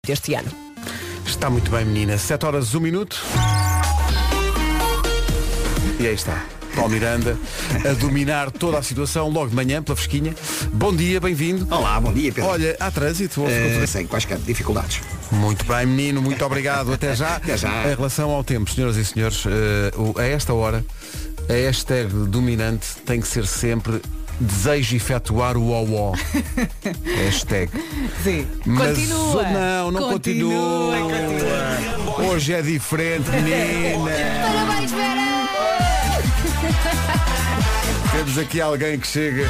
2020 este ano. Está muito bem, menina. 7 horas, 1 minuto. E aí está. Paulo Miranda a dominar toda a situação logo de manhã pela fresquinha. Bom dia, bem-vindo. Olá, bom dia, Pedro. Olha, há trânsito. Houve Eh, contra- sem quaisquer dificuldades. Muito bem, menino, muito obrigado. Até já. Eh, Até já. Em relação ao tempo, senhoras e senhores, eh, o- a esta hora, a hashtag dominante tem que ser sempre desejo efetuar o OO. hashtag. Sim. Mas continua. o- não, não continua. Hoje é diferente, menina. Parabéns, Vera! Temos aqui alguém que chega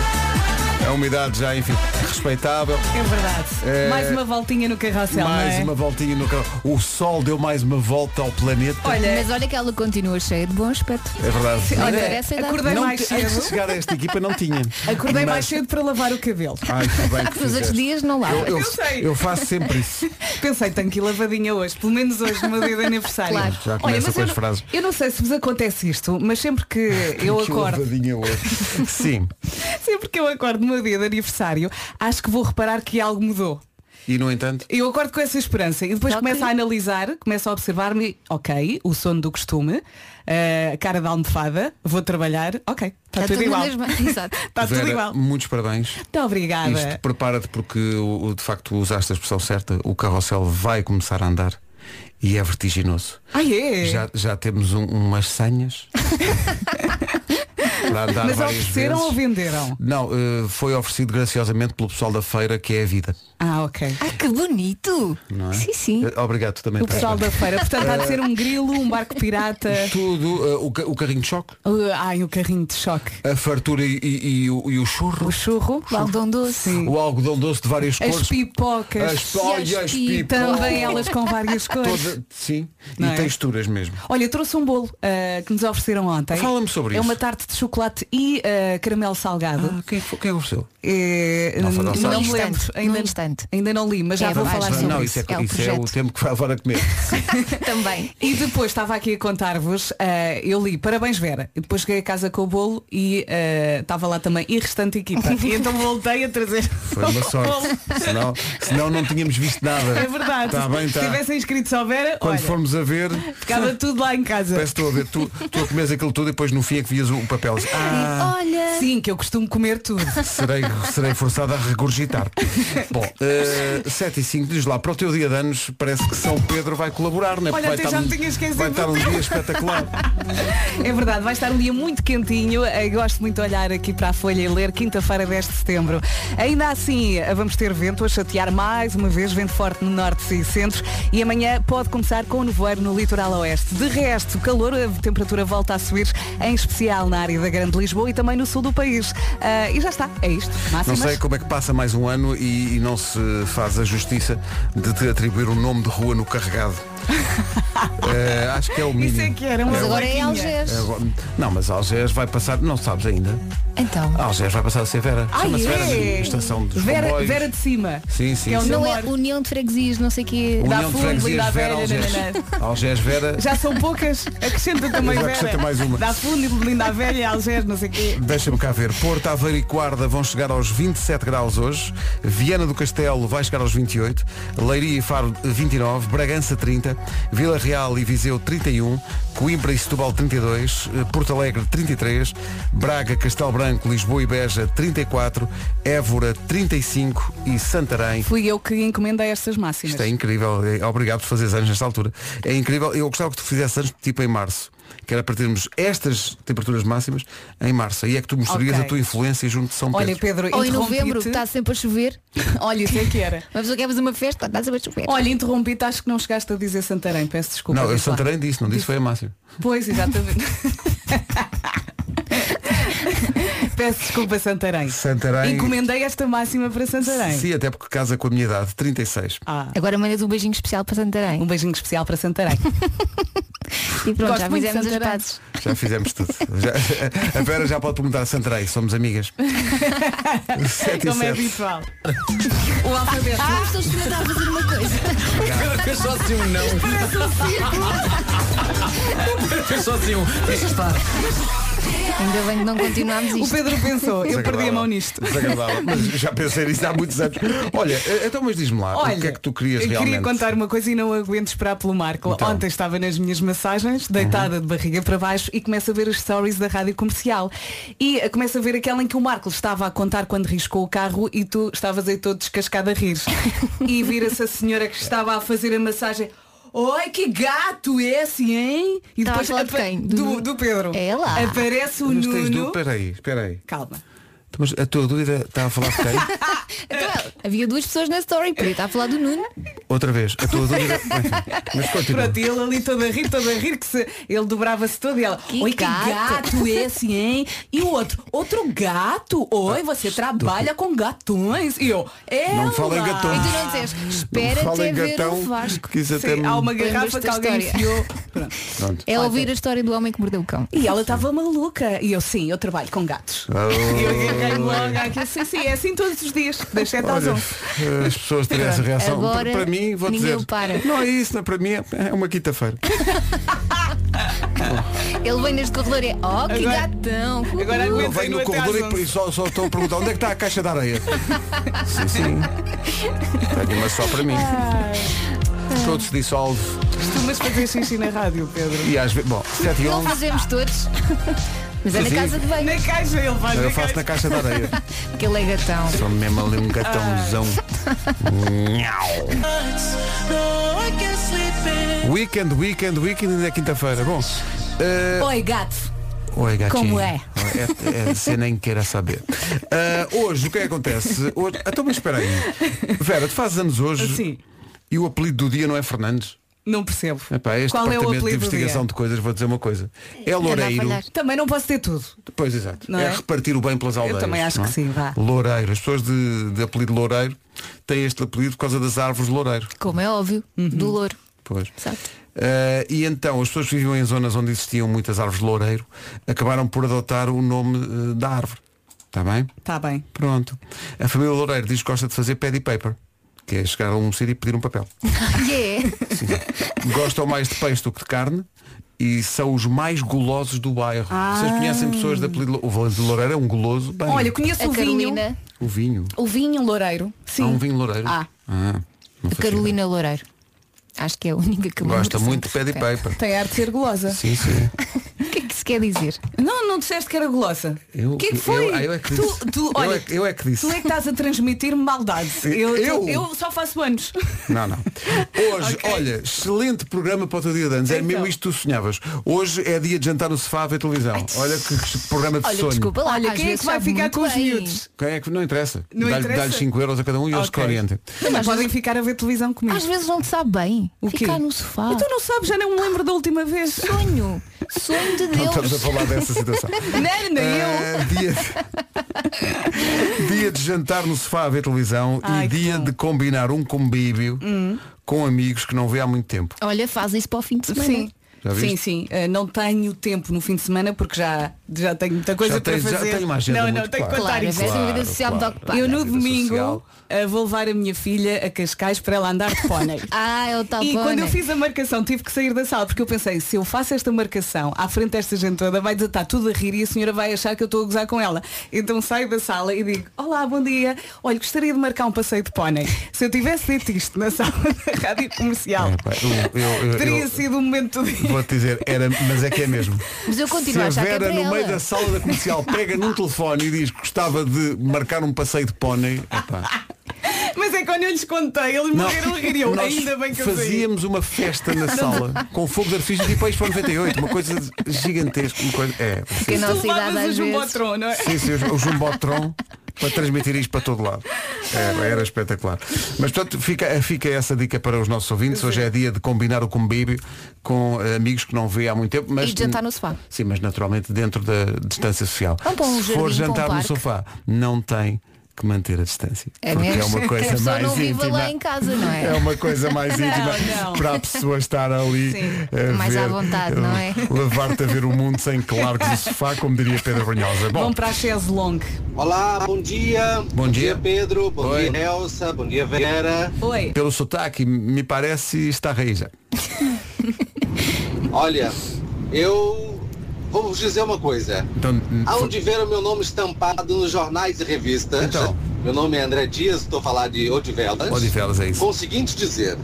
a uma idade já, enfim, respeitável. É verdade. É- Mais uma voltinha no carrossel, mais não é? uma voltinha no carro. O sol deu mais uma volta ao planeta. Olha, Mas olha que ela continua cheia de bom aspecto. É verdade. Olha, Não- parece a idade. acordei não mais te- antes de cedo. chegar a esta equipa não tinha. Acordei mais Mas- cedo para lavar o cabelo. Ai, que bem que Nos Ah, outros fizeste. dias não lava. Eu, eu- Eu sei. eu faço sempre isso. Pensei, tenho que ir lavadinha hoje, pelo menos hoje, no meu dia de aniversário. Claro. Já começa mas com eu as não- frases. Eu não sei se vos acontece isto, mas sempre que eu Que acordo, lavadinha hoje. Sim. sempre que eu acordo no meu dia de aniversário, acho que vou reparar que algo mudou. E no entanto, Eu acordo com essa esperança e depois Ok. começo a analisar, começo a observar-me, ok, o sono do costume, a cara da almofada, vou trabalhar, ok, está Está tudo tudo igual. na mesma. Exato. Está Tá tudo Vera, igual. muitos parabéns. Muito obrigada. Isto prepara-te porque o- o- de facto usaste a expressão certa, o carrossel vai começar a andar e é vertiginoso. Ai é. Já, já temos um- umas senhas para andar Mas várias ofereceram vezes. ou venderam? Não, eh, foi oferecido graciosamente pelo pessoal da feira, que é a vida. Ah, ok. Ah, que bonito! não é? Sim, sim. Eh, Obrigado tu também. O estás pessoal bem. da feira. Portanto, há de ser um grilo, um barco pirata. Tudo, eh, o, ca- o carrinho de choque, Uh, Ai, o carrinho de choque. a fartura e, e- e o, e o churro, O churro. O algodão doce. Sim. o algodão doce de várias As cores. pipocas. As, ai, E as as pi- pipocas. Também elas com várias cores. Toda- sim, Não e é? texturas mesmo. Olha, trouxe um bolo uh, que nos ofereceram ontem. Fala-me sobre é isso. uma tarte de chocolate e uh, caramelo salgado. Ah, quem, é que foi- quem é que ofereceu? É, Não, não não sabes. me Num lembro. instante, Ainda, num instante. ainda não li, mas já É, vou vais falar ver. sobre não, isso. isso, um é, É o isso é o projeto. tempo que vai agora comer. Também. E depois estava aqui a contar-vos, eh, eu li parabéns Vera, e depois cheguei a casa com o bolo e eh, estava lá também e restante equipa. E então voltei a trazer. Foi uma sorte. senão, senão não tínhamos visto nada. É verdade. Tá bem, tá. Se tivessem inscrito só Vera, Quando olha, formos a ver, ficava tudo lá em casa. parece que estou a ver, tu, tu a comes aquilo tudo e depois no fim é que vias o papel. Ah, Olha! Sim, que eu costumo comer tudo. Serei, serei forçado a regurgitar. Bom, eh, 7 e 5, diz lá, para o teu dia de anos parece que São Pedro vai colaborar, não é? Olha, Porque vai até estar já um- me tinha esquecido. Vai estar um dia espetacular. É verdade, vai estar um dia muito quentinho. Eh, Gosto muito de olhar aqui para a folha e ler quinta-feira 10 de setembro. Ainda assim, eh, vamos ter vento a chatear mais uma vez, vento forte no norte e centro. E amanhã pode começar com o nevoeiro no litoral oeste. De resto, calor, a temperatura volta a subir, em especial na área da Grande Lisboa e também no sul do país. Ah, e já está, é isto. Não Máximas. sei como é que passa mais um ano e, e não se faz a justiça de te atribuir o nome de rua no carregado. Eh, acho que é o mínimo. Isso é que era uma Mas agora é vaquinha. Algés. Agora- Não, mas Algés vai passar, não sabes ainda. Então. Algés vai passar a ser Vera. Ai, Chama-se Vera, é. estação dos Vera, comboios. Vera de cima. Sim, sim. É o sim. Não é Amor. União de Freguesias, não sei o quê. Dá União de fundo, Freguesias, linda Vera, velha, Algés. nananã. Algés, Vera. Já são poucas, acrescenta também Já Vera. acrescenta mais uma. Dá fundo, linda a velha, Algés, não sei o quê. Deixa-me cá ver. Porto, Aveiro e Guarda vão chegar aos 27 graus hoje. Viana do Castelo vai chegar aos 28. Leiria e Faro 29. Bragança 30. Vila Real e Viseu 31. Coimbra e Setúbal 32. eh, Porto Alegre 33. Braga, Castelo Branco, Lisboa e Beja 34. Évora 35. E Santarém Fui eu que encomendei estas máximas. isto é incrível. É- Obrigado por fazeres anos nesta altura. É incrível. Eu gostava que tu fizesse anos tipo em março. Que era para termos estas temperaturas máximas em março. Aí é que tu mostrarias Ok. a tua influência junto de São Olha, Pedro. Pedro, Ou em interrompi-te. novembro, que está sempre a chover. Olha, isso é que era. Uma pessoa quer fazer uma festa, está sempre a chover. Olha, interrompi-te, acho que não chegaste a dizer Santarém, peço desculpa. Não, eu diz lá. Santarém disse, não disse foi a máxima. Pois, exatamente. peço desculpa, Santarém. Santarém. Encomendei esta máxima para Santarém. Sim, até porque casa com a minha idade, 36. Ah, Agora mandas um beijinho especial para Santarém. um beijinho especial para Santarém. E pronto, Gosto já muito de fizemos as Santarém. pazes. Já fizemos tudo. Já- a Vera já pode perguntar a Santarém, somos amigas. Sete e Como é sete. habitual. O alfabeto. Ah, estou a experimentar fazer uma coisa. Pedro fez só assim um não. Pedro fez só assim um. Deixa estar. Ainda bem que não continuámos O isto. Pedro pensou, é eu perdi a mão nisto. Desagradável, mas já pensei nisso há muitos anos. Olha, eh, então mas diz-me lá, Olha, o que é que tu querias eu queria realmente? contar uma coisa e não aguento esperar pelo Marco. Então. Uhum. Ontem estava nas minhas massagens, deitada de barriga para baixo, e começo a ver as stories da rádio comercial. E eh, começo a ver aquela em que o Marco estava a contar quando riscou o carro e tu estavas aí todo descascado a rir. e vira-se a senhora que estava a fazer a massagem. Oi, que gato esse, hein? E Estavas a falar de apa- quem? Do Do, Nuno? do Pedro. É lá. Aparece o Mas tens Nuno. dúvida? Peraí, peraí. Calma. Então, Mas a tua dúvida está a falar de quem? Então, havia duas pessoas na story, podia estar a falar do Nuno. Outra vez. A tua dúvida. Enfim, Mas continua. Pronto, e ele ali todo a rir, todo a rir, que se, ele dobrava-se todo e ela, Que oi que gato." gato esse, hein? E o outro, outro gato, oi, você trabalha com gatões. E eu, é. Ah, Não fala em E tu gatões. não dizes, espera Fala até em ver gatão, o Vasco. que isso é até Sim, me- há uma Lembras-te garrafa que da alguém história? enfiou. Pronto. Pronto. É ouvir a história do homem que mordeu o cão. E ela estava maluca. E eu, sim, eu trabalho com gatos. E eu agarrei logo tá àquilo. Sim, sim, é assim todos os dias, das 7 às Olha, 11. as pessoas têm essa Pronto, reação. agora para mim, vou ninguém dizer. o para. Não é isso, não é para mim, é uma quinta-feira. Ele vem neste corredor e é, oh, que Agora- gatão. Agora Uhul. aguento. Eu venho no até às corredor e- 11. e só, só estou a perguntar onde é que está a caixa de areia. sim, sim. Tenho uma só para mim. Todo se dissolve Costumas fazer xixi na rádio, Pedro. e às vezes. Bom, 7 e Não 11 fazemos todos. Mas é Sim, na casa de banho, Na caixa ele faz. eu na faço na caixa. caixa de areia. que ele é gatão. Só mesmo ali um gatãozão. Nhau. Weekend, weekend, weekend ainda é quinta-feira. Bom, eh, Oi, gato. oi gatinho. Como é? É, é, você nem queira saber. Eh, hoje, o que é que acontece? Hoje, então, mas espera aí. Vera, tu fazes anos hoje Sim. e o apelido do dia não é Fernandes? Não percebo. Epá, este Qual é o departamento apelido de do investigação dia? de coisas, vou dizer uma coisa. É Loureiro. falhar. Também não posso ter tudo. Pois exato. Não é, é? repartir o bem pelas aldeias. também acho não é? que sim, vá. Loureiro. As pessoas de, de apelido Loureiro têm este apelido por causa das árvores de Loureiro. Como é óbvio, Uhum. do louro. Pois. Exato. Eh, e então, as pessoas que viviam em zonas onde existiam muitas árvores de loureiro acabaram por adotar o nome eh, da árvore. Está bem? Está Tá bem. Pronto. A família Loureiro diz que gosta de fazer pad e paper, que é chegar a um sítio e pedir um papel. Ah, Yeah. Gostam mais de peixe do que de carne e são os mais golosos do bairro. Vocês conhecem pessoas da apelido... Lou- O Valente Loureiro é um goloso. Bem, Ah. Olha, conheço A o vinho. Carolina, o vinho. O vinho loureiro. Sim. Há um vinho Loureiro. Ah. Ah, não a fazia. Carolina Loureiro. Acho que é a única que me Gosta lembro muito de sempre. pad e paper. Tem ar de ser gulosa. Sim, sim. O que é que isso quer dizer? Não, não disseste que era gulosa. Eu- O que é que foi? eu- eu é que disse. tu, tu, Eu olha, é que- eu é que disse. Tu é que estás a transmitir maldade. Eu, Eu? eu? só faço anos. Não, não. Hoje, olha, excelente programa para o teu dia de anos. É Então. mesmo isto que tu sonhavas. Hoje é dia de jantar no sofá a ver televisão. Olha que programa de Olha, sonho. desculpa lá. Olha, às quem é vezes que vai sabe ficar muito com os bem. miúdos? Quem é que não interessa? Não Dá-lhe- interessa? Dá-lhe 5 euros a cada um e eles Ok. que orientem. Também às podem vezes- ficar a ver televisão comigo. Às vezes não te sabe bem. O quê? Ficar no sofá. Então não sabes, já não me lembro da última vez. Sonho. Sonho de Não Então estamos a Deus. falar dessa situação. Não, nem eu. Ah, dia... dia de jantar no sofá a ver televisão Ai, e que dia bom. Hum. de combinar um convívio com amigos que não vê há muito tempo. Olha, faz isso para o fim de semana. Sim. Já viste? Sim, sim. Uh, não tenho tempo no fim de semana porque já, já tenho muita coisa Já tens- para já fazer. tenho uma agenda não, muito não, tenho que clara. contar Claro, a isso. ver a vida social claro. muito ocupada. Eu no vida domingo social. eh, vou levar a minha filha a Cascais para ela andar de pônei. Ah, é o tal E pônei. quando eu fiz a marcação tive que sair da sala porque eu pensei, se eu faço esta marcação à frente desta gente toda, vai desatar tudo a rir e a senhora vai achar que eu estou a gozar com ela. Então saio da sala e digo, olá, bom dia, olha, gostaria de marcar um passeio de pônei. Se eu tivesse dito isto na sala da rádio comercial, É, pá, eu- eu- eu- teria eu- sido o momento do dia. Vou-te dizer, era, mas é que é mesmo. Mas eu Se continuo a a achar que é Vera para no ela. meio da sala da comercial pega num telefone e diz que gostava de marcar um passeio de pônei, epá. Mas é que quando eu lhes contei, eles morreram a rir e eu, nós ainda bem que eu saí. fazíamos uma festa na sala com fogo de artifício tipo Expo 98, uma coisa gigantesca, uma coisa, é, Que a Tu nossa idade levavas o às vezes. jumbotron, não é? sim, sim, o Jumbotron para transmitir isto para todo lado. Era, era espetacular. Mas portanto, fica, fica essa dica para os nossos ouvintes. Hoje é dia de combinar o convívio com eh, amigos que não vê há muito tempo. Mas E de jantar no sofá. Sim, mas naturalmente dentro da distância social. Vamos para um Se for jardim, jantar para um parque. no sofá, não tem que manter a distância. É porque é mesmo? uma a coisa pessoa mais não vive íntima. lá em casa, não é? É uma coisa mais íntima não. para a pessoa estar ali eh, Sim. a Mais à ver, vontade, não é? Levar-te a ver o mundo sem que largues o sofá, como diria Pedro Brunhosa. Bom, Vão para a chaise longue. Olá, bom dia. Bom dia. Pedro. Bom Oi. dia, Elsa. Bom dia, Vera. Oi. pelo sotaque, me parece estar raíja. Olha, eu Vou-vos dizer uma coisa. Então, hum, Há foi- onde ver o meu nome estampado nos jornais e revistas. Então. Meu nome é André Dias, estou a falar de Odivelas. Odivelas, é isso. Com o seguinte dizer.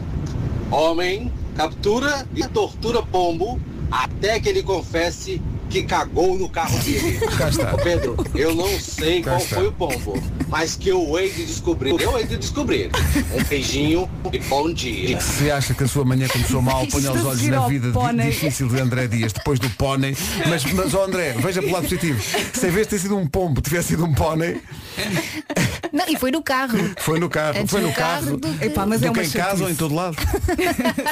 Homem captura e tortura pombo até que ele confesse que cagou no carro dele. Cá está. Ô, Pedro, eu não sei Cá qual está. foi o pombo, mas que eu hei de descobrir. Eu hei de descobrir. Um beijinho e bom dia. Se acha que a sua manhã começou mal, ponha os Isto a olhos seguir na ao vida di- pônei. difícil de André Dias, depois do pônei. Mas, mas ó André, veja pelo lado positivo. Se em vez de ter sido um pombo, tivesse sido um pônei, Não, e foi no carro. foi no carro. Antes foi no do carro. É carro do que- Epá, mas do é que uma em casa ou em chatice. todo lado.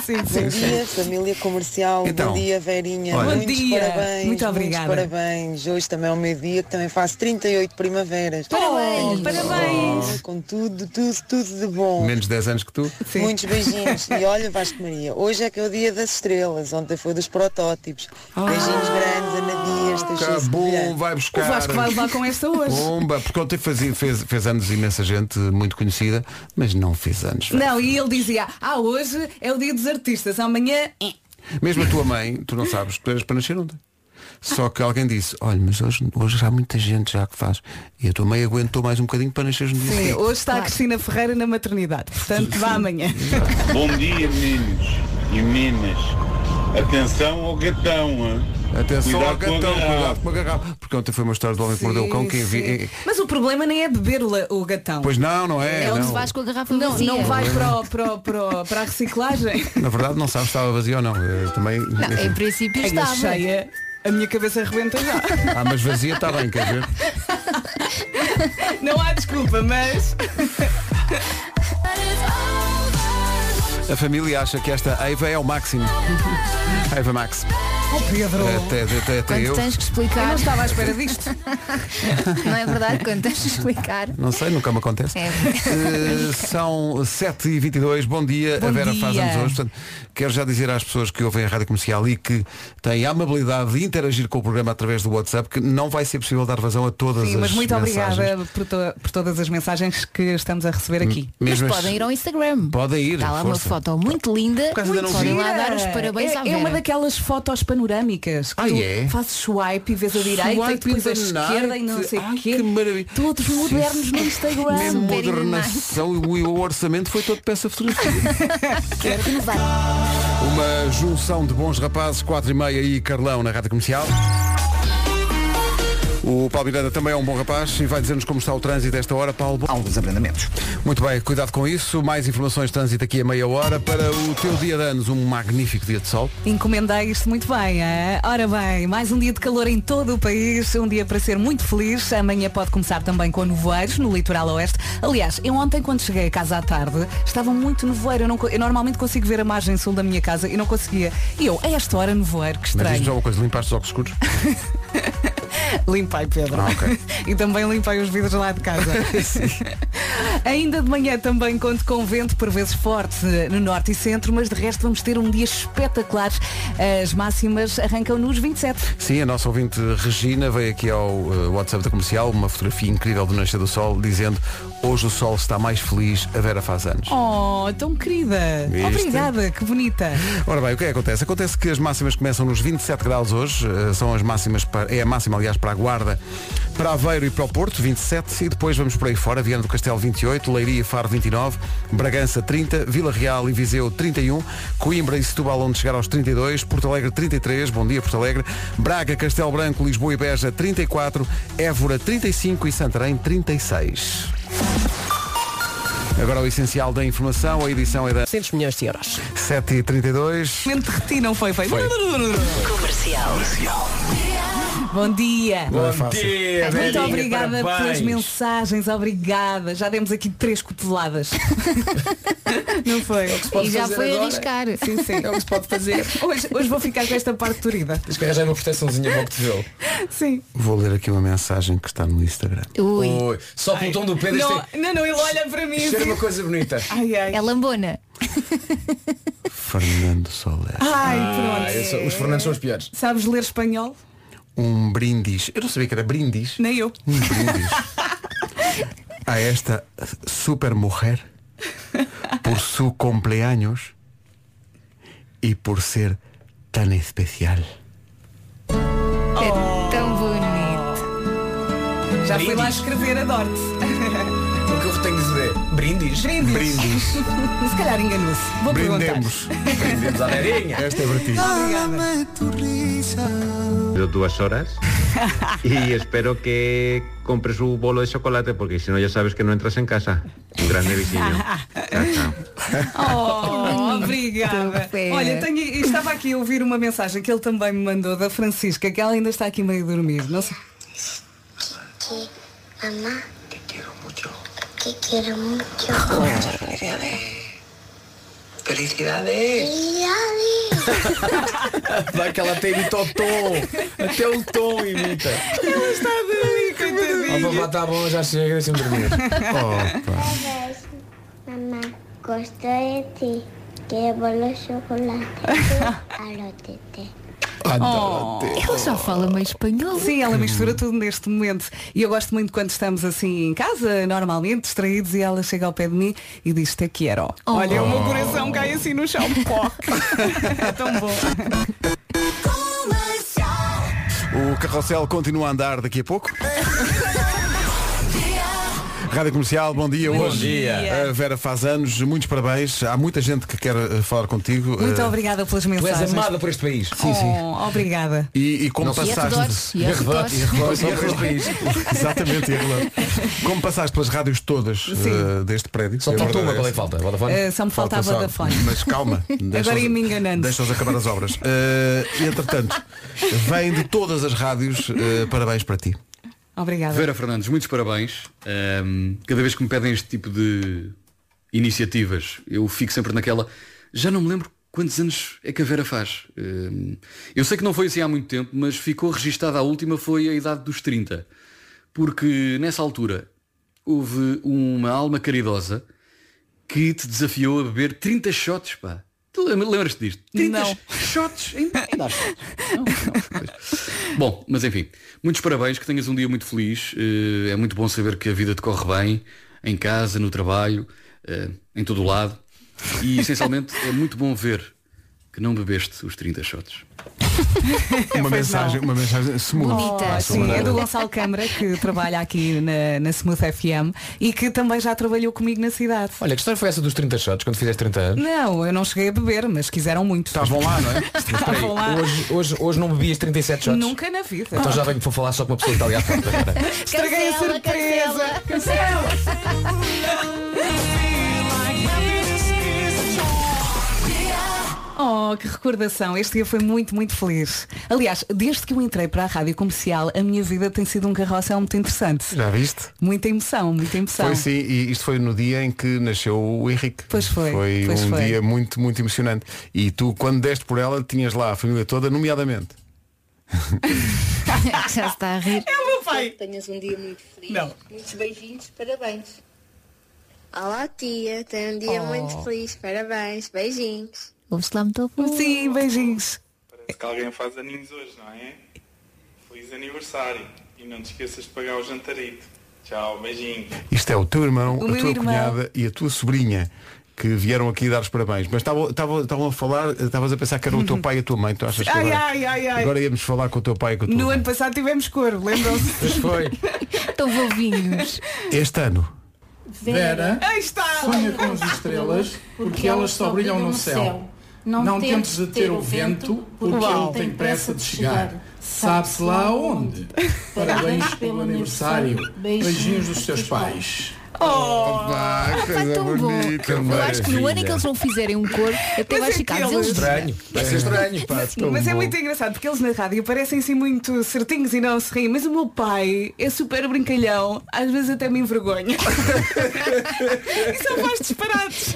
Sim, Bom sim. dia, família comercial. Então. bom dia, Verinha. Olha. Muitos Bom dia. parabéns. Muito muitos obrigada. parabéns. Hoje também é o meu dia, que também faço 38 primaveras. Parabéns. Oh, Parabéns. Oh, Com tudo, tudo, tudo de bom. Menos 10 anos que tu. Sim. Muitos beijinhos. E olha, Vasco Maria, hoje é que é o dia das estrelas. Ontem foi dos protótipos. Ah. Beijinhos grandes, Ana Dias, Teixeira Acabou, Sevilhano. vai O buscar. Vasco vai levar com esta hoje. Bomba, porque ontem fazia, fez, fez anos imensa gente muito conhecida, mas não fez anos. Não, e ele dizia, ah, hoje é o dia dos artistas, amanhã. eh." Mesmo a tua mãe, tu não sabes que tu eras para nascer ontem. Só que alguém disse, olha, mas hoje, hoje já há muita gente já que faz. E a tua mãe aguentou mais um bocadinho para nasceres no dia Sim, seguinte. hoje está a Cristina Ferreira na maternidade. Portanto, vá amanhã. Bom dia, meninos e meninas. Atenção ao gatão. hã? Atenção ao Cuidado com a gatão, garrafa. cuidado com a garrafa. Porque ontem foi uma história do homem que mordeu o cão que Sim, envi... sim. Mas o problema nem é beber o la- o gatão. Pois não, não é? É um onde não. vais com a garrafa Não, vazia. não vai para, o- para, o- para, o- para a reciclagem. Na verdade não sabes se estava vazio ou não. Eu também. Não, é em princípio Ai, eu estava. cheia, a minha cabeça arrebenta já. Ah, mas vazia está bem, quer ver? Não há desculpa, mas. A família acha que esta Eva é o máximo. Eva Max. Oh, Pedro. É, Até, até, até Quando eu. tens que Eu não explicar, estava à espera disto. não é verdade? Quando tens que explicar. Não sei, nunca me acontece. É. Eh, são 7h22, bom dia. Bom a Vera dia. faz anos hoje. Portanto, quero já dizer às pessoas que ouvem a rádio comercial e que têm a amabilidade de interagir com o programa através do WhatsApp que não vai ser possível dar vazão a todas Sim, as mas muito mensagens. obrigada por, to- por todas as mensagens que estamos a receber aqui. Mas Mesmo as- podem ir ao Instagram. Podem ir, Está lá uma força. foto muito linda. acaso ainda Muito não vi. podem lá dar os parabéns é, à é Vera. uma daquelas fotos panorâmicas que Ah, tu é? fazes swipe e vês a direita Swipe e depois a in the esquerda e não night. sei o Ai, quê. que maravilha. Todos Sim, modernos sim. no Instagram. Mesmo Super in the modernação e o orçamento foi todo para essa fotografia. Quero renovar. Uma junção de bons rapazes, 4 e meia e Carlão na Rádio Comercial. O Paulo Miranda também é um bom rapaz e vai dizer-nos como está o trânsito a esta hora, Paulo. Há alguns abrandamentos. Muito bem, cuidado com isso. Mais informações de trânsito aqui a meia hora. Para o teu dia de anos, um magnífico dia de sol. Encomendei isto muito bem, é? Ora bem, mais um dia de calor em todo o país, um dia para ser muito feliz. Amanhã pode começar também com nevoeiros no litoral oeste. Aliás, eu ontem quando cheguei a casa à tarde, estava muito nevoeiro. Eu, não co- eu normalmente consigo ver a margem sul da minha casa e não conseguia. E eu, a esta hora nevoeiro, que Mas diz-me já estranho. uma coisa, limpaste os óculos escuros? Limpei, Pedro. Ah, ok. e também limpei os vidros lá de casa. Ainda de manhã também conto com vento, por vezes forte, eh, no norte e centro, mas de resto vamos ter um dia espetacular. As máximas arrancam nos 27. Sim, a nossa ouvinte Regina veio aqui ao eh, WhatsApp da comercial, uma fotografia incrível do Nascer do Sol, dizendo hoje o sol está mais feliz, a Vera faz anos. Oh, tão querida. Viste? Obrigada, que bonita. Ora bem, o que é que acontece? Acontece que as máximas começam nos 27 graus hoje, eh, são as máximas para- é a máxima, aliás, para a Guarda, para Aveiro e para o Porto, 27, e depois vamos por aí fora, Viana do Castelo 28, Leiria e Faro 29, Bragança 30, Vila Real e Viseu 31, Coimbra e Setúbal onde chegar aos 32, Porto Alegre 33, bom dia Porto Alegre, Braga, Castelo Branco, Lisboa e Beja 34, Évora 35 e Santarém 36. Agora o essencial da informação, a edição é da 400 milhões de euros. 7h32. Mente de ti, não foi? Foi. Bom dia. Não é Bom fácil. dia, Muito velhinha, obrigada pelas parabéns. mensagens, obrigada. Já demos aqui três cuteladas. não foi? E já foi arriscar. Sim, sim. É o que se pode fazer. Hoje, hoje vou ficar com esta parte turida. Tens que arranjar é uma proteçãozinha para o cotovelo. Sim. Vou ler aqui uma mensagem que está no Instagram. Ui, Oi. Só pelo tom do Pedro isto Não, é- Oh, não, não, ele olha para mim. isto era uma Assim. coisa bonita. Ai, ai. é lambona. Fernando Soler. Ai, Ah, eu pronto. sou- os Fernandes são os piores. Sabes ler espanhol? Um brindis. Eu não sabia que era brindis. Nem eu. Um brindis. A esta super mulher por su cumpleaños e por ser tão especial. Até Oh. Já fui lá Brindes. escrever, adoro-te. O que eu tenho de dizer? Brindes. Brindes. Se calhar enganou-se. Vou Brindemos. Brindes à nerinha. Esta é para ti. perguntar. Obrigada. dos horas y espero que compres un bolo de chocolate porque si no ya sabes que no entras en casa. Un grande vecino. Oh, obrigada. Que fé. É. Olha, tenho, estava aqui a ouvir uma mensagem que ele também me mandou da Francisca, que ela ainda está aqui meio a dormir. Não sei. Que mamá. Que quiero mucho. Que quiero mucho. Felicidades. Felicidades. Vai que ela até imita o tom. Até o tom imita. Ela está a dormir, Ó coitadinha. papá, tá bom, já chega, deixa-me dormir. Oh. Felicidades. Mamá, gosto de ti. Quiero los chocolates. Alótete. Ele já fala meio espanhol. Oh. Sim, ela mistura tudo neste momento. E eu gosto muito quando estamos assim em casa, normalmente, distraídos, e ela chega ao pé de mim e diz te quero. Oh. Olha, o meu coração cai assim no chão. Pó. é tão bom. O carrossel continua a andar daqui a pouco. Rádio Comercial, bom dia. Bom Hoje dia. a Vera faz anos, muitos parabéns. Há muita gente que quer eh, falar contigo. Muito eh, obrigada pelas Tu és mensagens. amada por este país. Oh, obrigada. E, e como E a passaste. Redores. E a Redores. Só por este país. Exatamente, e a relógio. Como passaste pelas rádios todas eh, deste prédio. Só é falta verdade, uma, é qual é que essa. falta? Vodafone? Eh, só me faltava só- da fone. Mas calma. deixa-os- ia-me enganando. Deixa-os acabar as obras. Eh, e, entretanto, vêm de todas as rádios eh, parabéns para ti. Obrigada. Vera Fernandes, muitos parabéns. Ahm, cada vez que me pedem este tipo de iniciativas, eu fico sempre naquela. Já não me lembro quantos anos é que a Vera faz. Ahm, eu sei que não foi assim há muito tempo, mas ficou registada a última foi a idade dos 30. Porque nessa altura houve uma alma caridosa que te desafiou a beber 30 shots, pá. Tu lem- lembras-te disto? 30 Não. shots? Ainda, ainda há shots. Não, não, pois. Bom, mas enfim, muitos parabéns, que tenhas um dia muito feliz. Eh, é muito bom saber que a vida te corre bem, em casa, no trabalho, eh, em todo o lado. E essencialmente é muito bom ver que não bebeste os 30 shots. Uma mensagem, uma mensagem smooth. Bonita. Sim, é do Gonçalo Câmara, que trabalha aqui na, na Smooth FM e que também já trabalhou comigo na cidade. Olha, que história foi essa dos 30 shots quando fizeste 30 anos? Não, eu não cheguei a beber, mas quiseram muito. Estavam lá, não é? Estavam lá. Hoje, hoje, hoje não bebias 37 shots? Nunca na vida. Então já venho para falar só com uma pessoa que está ali à frente agora. É Estraguei a Cancela, surpresa. Oh, que recordação. Este dia foi muito, muito feliz. Aliás, desde que eu entrei para a rádio comercial, a minha vida tem sido um carrossel muito interessante. Já viste? Muita emoção, muita emoção. Foi sim, e isto foi no dia em que nasceu o Henrique. Pois foi, Foi pois um foi. dia muito, muito emocionante. E tu, quando deste por ela, tinhas lá a família toda, nomeadamente. Já Ah. se está a rir. Tenhas um dia muito feliz. Muitos beijinhos, parabéns. Olá tia, tenha um dia muito feliz, parabéns, beijinhos. Ouve-se lá muito pouco. Sim, beijinhos. Parece É que alguém faz aninhos hoje, não é? Feliz aniversário. E não te esqueças de pagar o jantarito. Tchau, beijinho. Isto é o teu irmão, O a meu tua irmão. cunhada e a tua sobrinha que vieram aqui dar os parabéns. Mas estavam- estavam estavam a falar, eh, estavas a pensar que era o teu pai e a tua mãe. Tu achas que Uhum. Ai, agora, ai, ai, ai. agora íamos falar com o teu pai e com a tua No mãe. ano passado tivemos coro, lembram-se? Mas foi. Tão bovinhos. Este ano. Vera, Aí está! sonha com as estrelas porque elas só brilham no céu. Não tentes de ter o vento porque ele tem pressa de chegar. Sabe-se lá onde. Parabéns pelo aniversário. Beijinhos dos teus pais. Está tão bom. Eu acho que no ano em que eles não fizerem um cor, até Mas vai é ficar. que Mas eles- eles- Estranho. Vai ser estranho. Pá, tão Mas é bom. muito engraçado porque eles na rádio parecem assim muito certinhos e não se riem. Mas o meu pai é super brincalhão, às vezes até me envergonha. e são mais disparados.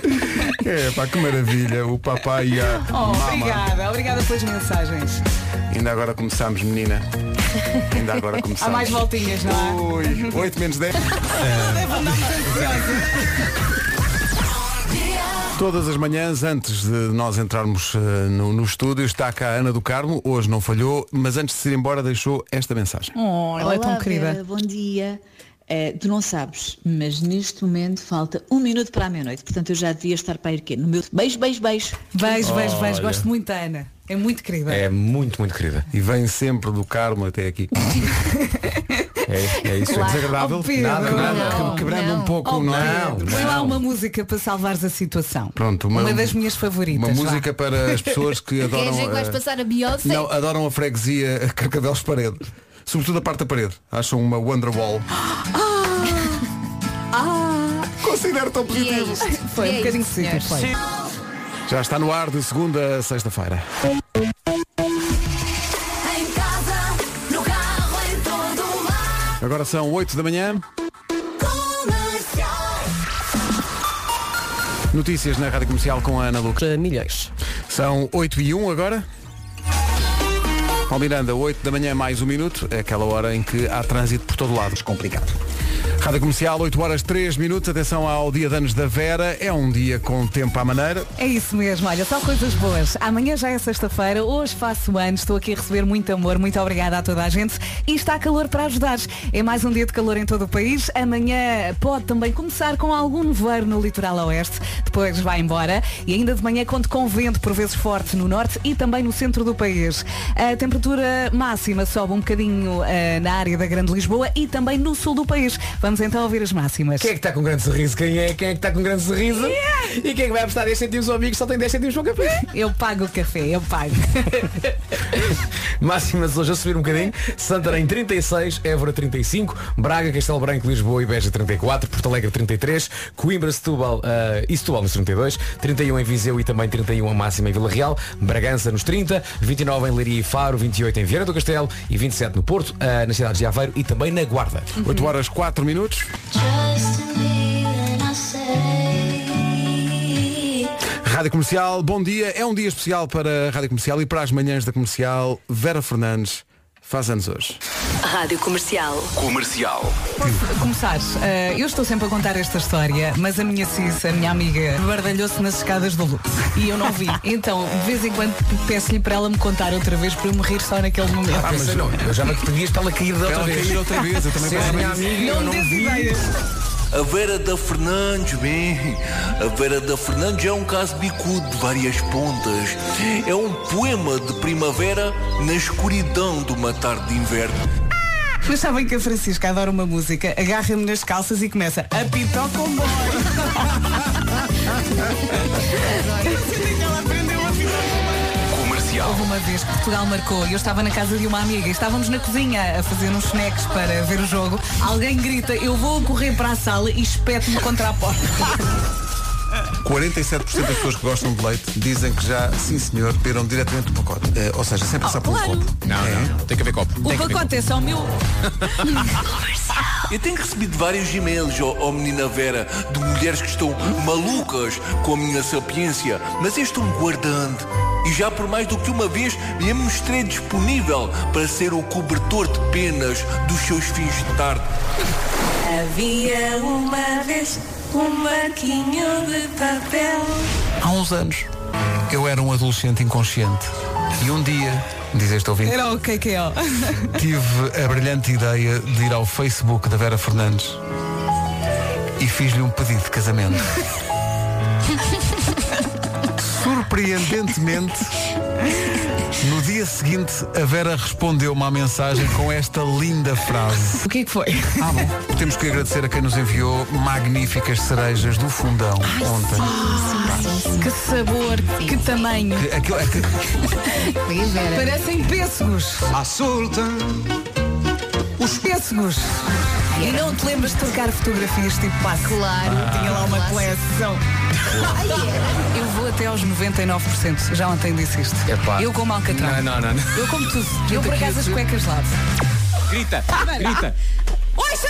É, pá, que maravilha. O papai e a Oh, mamãe. obrigada, obrigada pelas mensagens. Ainda agora começámos, menina. Ainda agora Há começámos. mais voltinhas, não é? Ui, 8 menos 10. Todas as manhãs, antes de nós entrarmos eh, no, no estúdio, está cá a Ana do Carmo. Hoje não falhou, mas antes de se ir embora deixou esta mensagem. Oh, ela é tão querida. bom dia. Eh, tu não sabes, mas neste momento falta um minuto para a meia-noite, portanto eu já devia estar para ir quê? No meu beijo, beijo, beijo. Beijo, beijo, beijo. Olha. Gosto muito da Ana. É muito querida. muito, muito querida. E vem sempre do Carmo até aqui. É, é isso. Claro. Desagradável. Oh, Pedro. Nada, nada. Não, Que- Quebrando não. um pouco. Oh, não, Pedro, Põe lá não. uma música para salvares a situação. Pronto, uma- uma, das minhas favoritas. Uma vá. É música para as pessoas que adoram. Queres ver que vais é. eh, passar a Beyoncé? Não, adoram a freguesia a Carcavelos Parede. Sobretudo a parte da parede. Acham uma Wonderwall. Ah, Considero é tão positivo. Foi um bocadinho seco, foi. Já está no ar de segunda a sexta-feira. Em casa, no carro, em todo lado. Agora são 8 da manhã. Notícias na Rádio Comercial com a Ana Lucas. Milhões. São 8 e 1 agora. Paulo Miranda, 8 da manhã mais um minuto, é aquela hora em que há trânsito por todo lado. Complicado. Rádio Comercial, 8 horas 3 minutos, atenção ao dia de anos da Vera, é um dia com tempo à maneira. É isso mesmo, olha, só coisas boas. Amanhã já é sexta-feira, hoje faço anos, estou aqui a receber muito amor, muito obrigada a toda a gente e está calor para ajudar. É mais um dia de calor em todo o país. Amanhã pode também começar com algum nevoeiro no litoral oeste, depois vai embora e ainda de manhã conto com vento por vezes forte no norte e também no centro do país. A temperatura máxima sobe um bocadinho eh, na área da Grande Lisboa e também no sul do país. Vamos então ouvir as máximas. Quem é que está com grande sorriso? Quem é? Quem é que está com grande sorriso? E quem é que vai apostar 10 centimos ao amigo que só tem 10 centimos para o café? Eu pago o café, eu pago. Máximas hoje a subir um bocadinho. Santarém 36, Évora 35, Braga, Castelo Branco, Lisboa e Beja 34, Porto Alegre 33, Coimbra, Setúbal eh, e Setúbal nos 32, 31 em Viseu e também 31 a máxima em Vila Real, Bragança nos 30, 29 em Leiria e Faro, 28 em Vieira do Castelo e 27 no Porto, eh, nas cidades de Aveiro e também na Guarda. 8 Uhum. horas 4 minutos. Rádio Comercial, bom dia. É um dia especial para a Rádio Comercial e para as manhãs da Comercial. Vera Fernandes faz anos hoje. Rádio Comercial. Comercial. Posso começar? Eh, eu estou sempre a contar esta história, mas a minha Cis, a minha amiga, bardalhou-se nas escadas do Louvre e eu não vi. Então, de vez em quando, peço-lhe para ela me contar outra vez para eu morrer só naquele momento. Ah, mas não, eu já me pedias para ela cair de outra Para ela vez. cair outra vez, eu também Se és pensava minha nisso. amiga, eu Não não me des vi. ideias. A Vera da Fernandes, bem, a Vera da Fernandes é um caso bicudo de várias pontas. É um poema de primavera na escuridão de uma tarde de inverno. Mas sabem que a Francisca adora uma música, agarra-me nas calças e começa a pitar o comboio. Eu senti que ela aprendeu a pitar o comboio. Houve uma vez que Portugal marcou e eu estava na casa de uma amiga e estávamos na cozinha a fazer uns snacks para ver o jogo. Alguém grita, eu vou correr para a sala e espeto-me contra a porta. 47% das pessoas que gostam de leite dizem que já, sim senhor, beberam diretamente do pacote. Eh, ou seja, sem passar Ah, por pelo É. claro. copo. Não, não, Tem que haver copo. O pacote é só meu. Eu tenho recebido vários e-mails, ó ó menina Vera, de mulheres que estão malucas com a minha sapiência, mas eu estou-me guardando. E já por mais do que uma vez me mostrei disponível para ser o cobertor de penas dos seus fins de tarde. Havia uma vez um maquinho de papel. Há uns anos, eu era um adolescente inconsciente. E um dia, diz este ouvinte, Era um- o KKO. tive a brilhante ideia de ir ao Facebook da Vera Fernandes e fiz-lhe um pedido de casamento. Surpreendentemente, no dia seguinte, a Vera respondeu-me à mensagem com esta linda frase. O que é que foi? Ah, bom. Temos que agradecer a quem nos enviou magníficas cerejas do fundão ontem. Que sabor, que tamanho. Que- aquilo- aquilo- Parecem pêssegos. Assulta. Os pêssegos. E não te lembras de trocar fotografias tipo passe? Claro. Tinha lá uma coleção. Eu vou até aos 99%. Já ontem disse isto. Epá. Eu como alcatrão. Não, não, não, não. Eu como tudo. Eu por acaso as cuecas lavo. Grita, Vera. grita. Oi, seu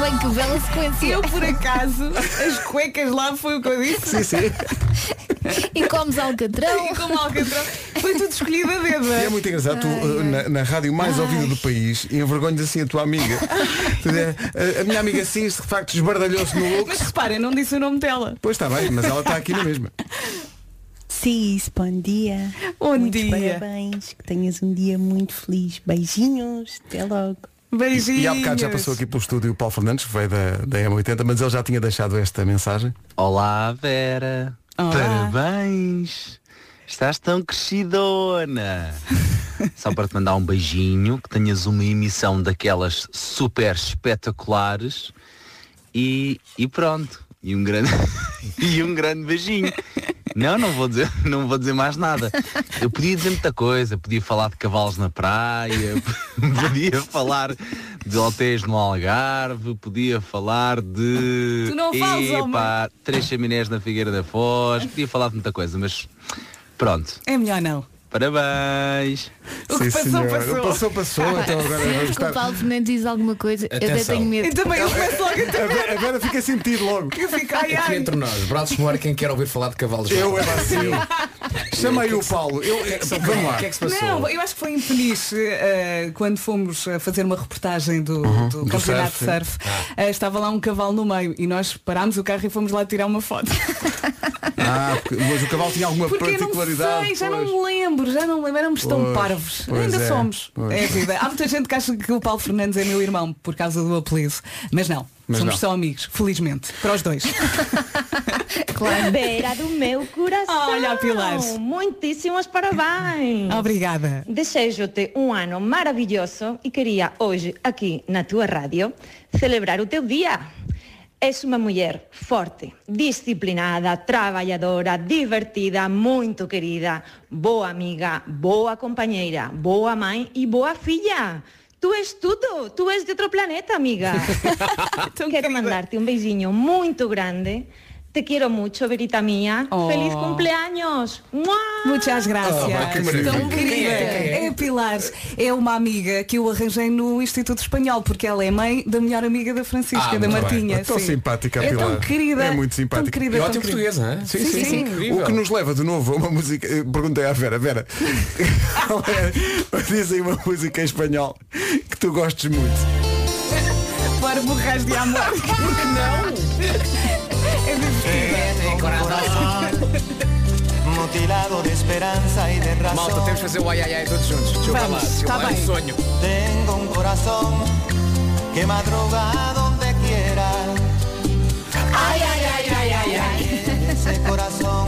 Bem, que bela sequência. Eu por acaso, as cuecas lá foi o que eu disse. Sim, sim. E comes alcatrão. E como alcatrão. Foi tudo escolhido a dedo. E é muito engraçado, tu, eh, na, na rádio mais ouvida do país, envergonhas assim a tua amiga. Tu dizes, "A- a minha amiga Cis, de facto, esbardalhou-se no look. Mas repara, não disse o nome dela. Pois está bem, mas ela está aqui na mesma. Cis, bom dia. Bom Muitos dia. Parabéns, que tenhas um dia muito feliz. Beijinhos, até logo. E, e há bocado já passou aqui pelo estúdio o Paulo Fernandes, que veio da, da M80, mas ele já tinha deixado esta mensagem. Olá, Vera. Parabéns. Estás tão crescidona. Só para te mandar um beijinho, que tenhas uma emissão daquelas super espetaculares e, e pronto. E um grande e um grande beijinho. Não, não vou dizer, não vou dizer mais nada. Eu podia dizer muita coisa, podia falar de cavalos na praia, podia falar de hotéis no Algarve, podia falar de Tu não falas, Epá, três chaminés na Figueira da Foz, podia falar de muita coisa, mas pronto. É melhor não. Parabéns. O que passou, passou. Ah. passou, então agora vamos Sempre que estar- o Paulo Fernandes diz alguma coisa, eu até Atenção. tenho medo. Eu também, eu começo logo a A Vera- a Vera fica sentido logo. Eu fico, ai, Aqui ai. entre nós, braços no ar, quem quer ouvir falar de cavalos. Eu, é era assim. Chama aí o Paulo. Eu, vamos lá. O que é que se passou? Não, eu acho que foi em Peniche eh, quando fomos eh, fazer uma reportagem do, do Uhum. Do campeonato de surf. surf. Ah. eh, estava lá um cavalo no meio e nós parámos o carro e fomos lá tirar uma foto. Ah, porque- mas o cavalo tinha alguma Porque eu não particularidade. sei, já pois. não me lembro, já não me lembro, éramos tão Pois, parvos. pois Ainda é, somos. pois. É a vida. Há muita gente que acha que o Paulo Fernandes é meu irmão por causa do apelido. Mas não, Mas somos não. só amigos, felizmente. Para os dois. Claro. Beira do meu coração. Olha a Pilar. Muitíssimos parabéns. Obrigada. Desejo-te um ano maravilhoso e queria hoje, aqui na tua rádio, celebrar o teu dia. És uma mulher forte, disciplinada, trabalhadora, divertida, muito querida, boa amiga, boa companheira, boa mãe e boa filha. Tu és tudo, tu és de outro planeta, amiga. Quero mandarte um beijinho muito grande. Te quero muito, Verita minha. Feliz cumpleaños. Oh. Muchas gracias. Ah, Oh, que maravilha. Tão bonita. Quem é? É Quem a Pilar. É uma amiga que eu arranjei no Instituto Espanhol, porque ela é mãe da melhor amiga da Francisca, Ah, da muito Martinha. bem. Tão sim. simpática a É Pilar. tão querida. É muito simpática. Tão querida, tão querida. é? é? Sim, sim, sim. O que nos leva de novo a uma música. eh, Perguntei à Vera, Vera, qual é- diz aí uma música em espanhol que tu gostes muito. Para borras de amor. Por que não? É divertida. Mutilado de esperanza y de razón. Malta, temos de fazer o ai ai ai todos juntos. Deixa eu Vamos, falar, deixa eu tá falar. bem. É um sonho. Tengo un corazón que madruga a donde quiera. Ay, ay, ay, ay, ay, ay. Ese corazón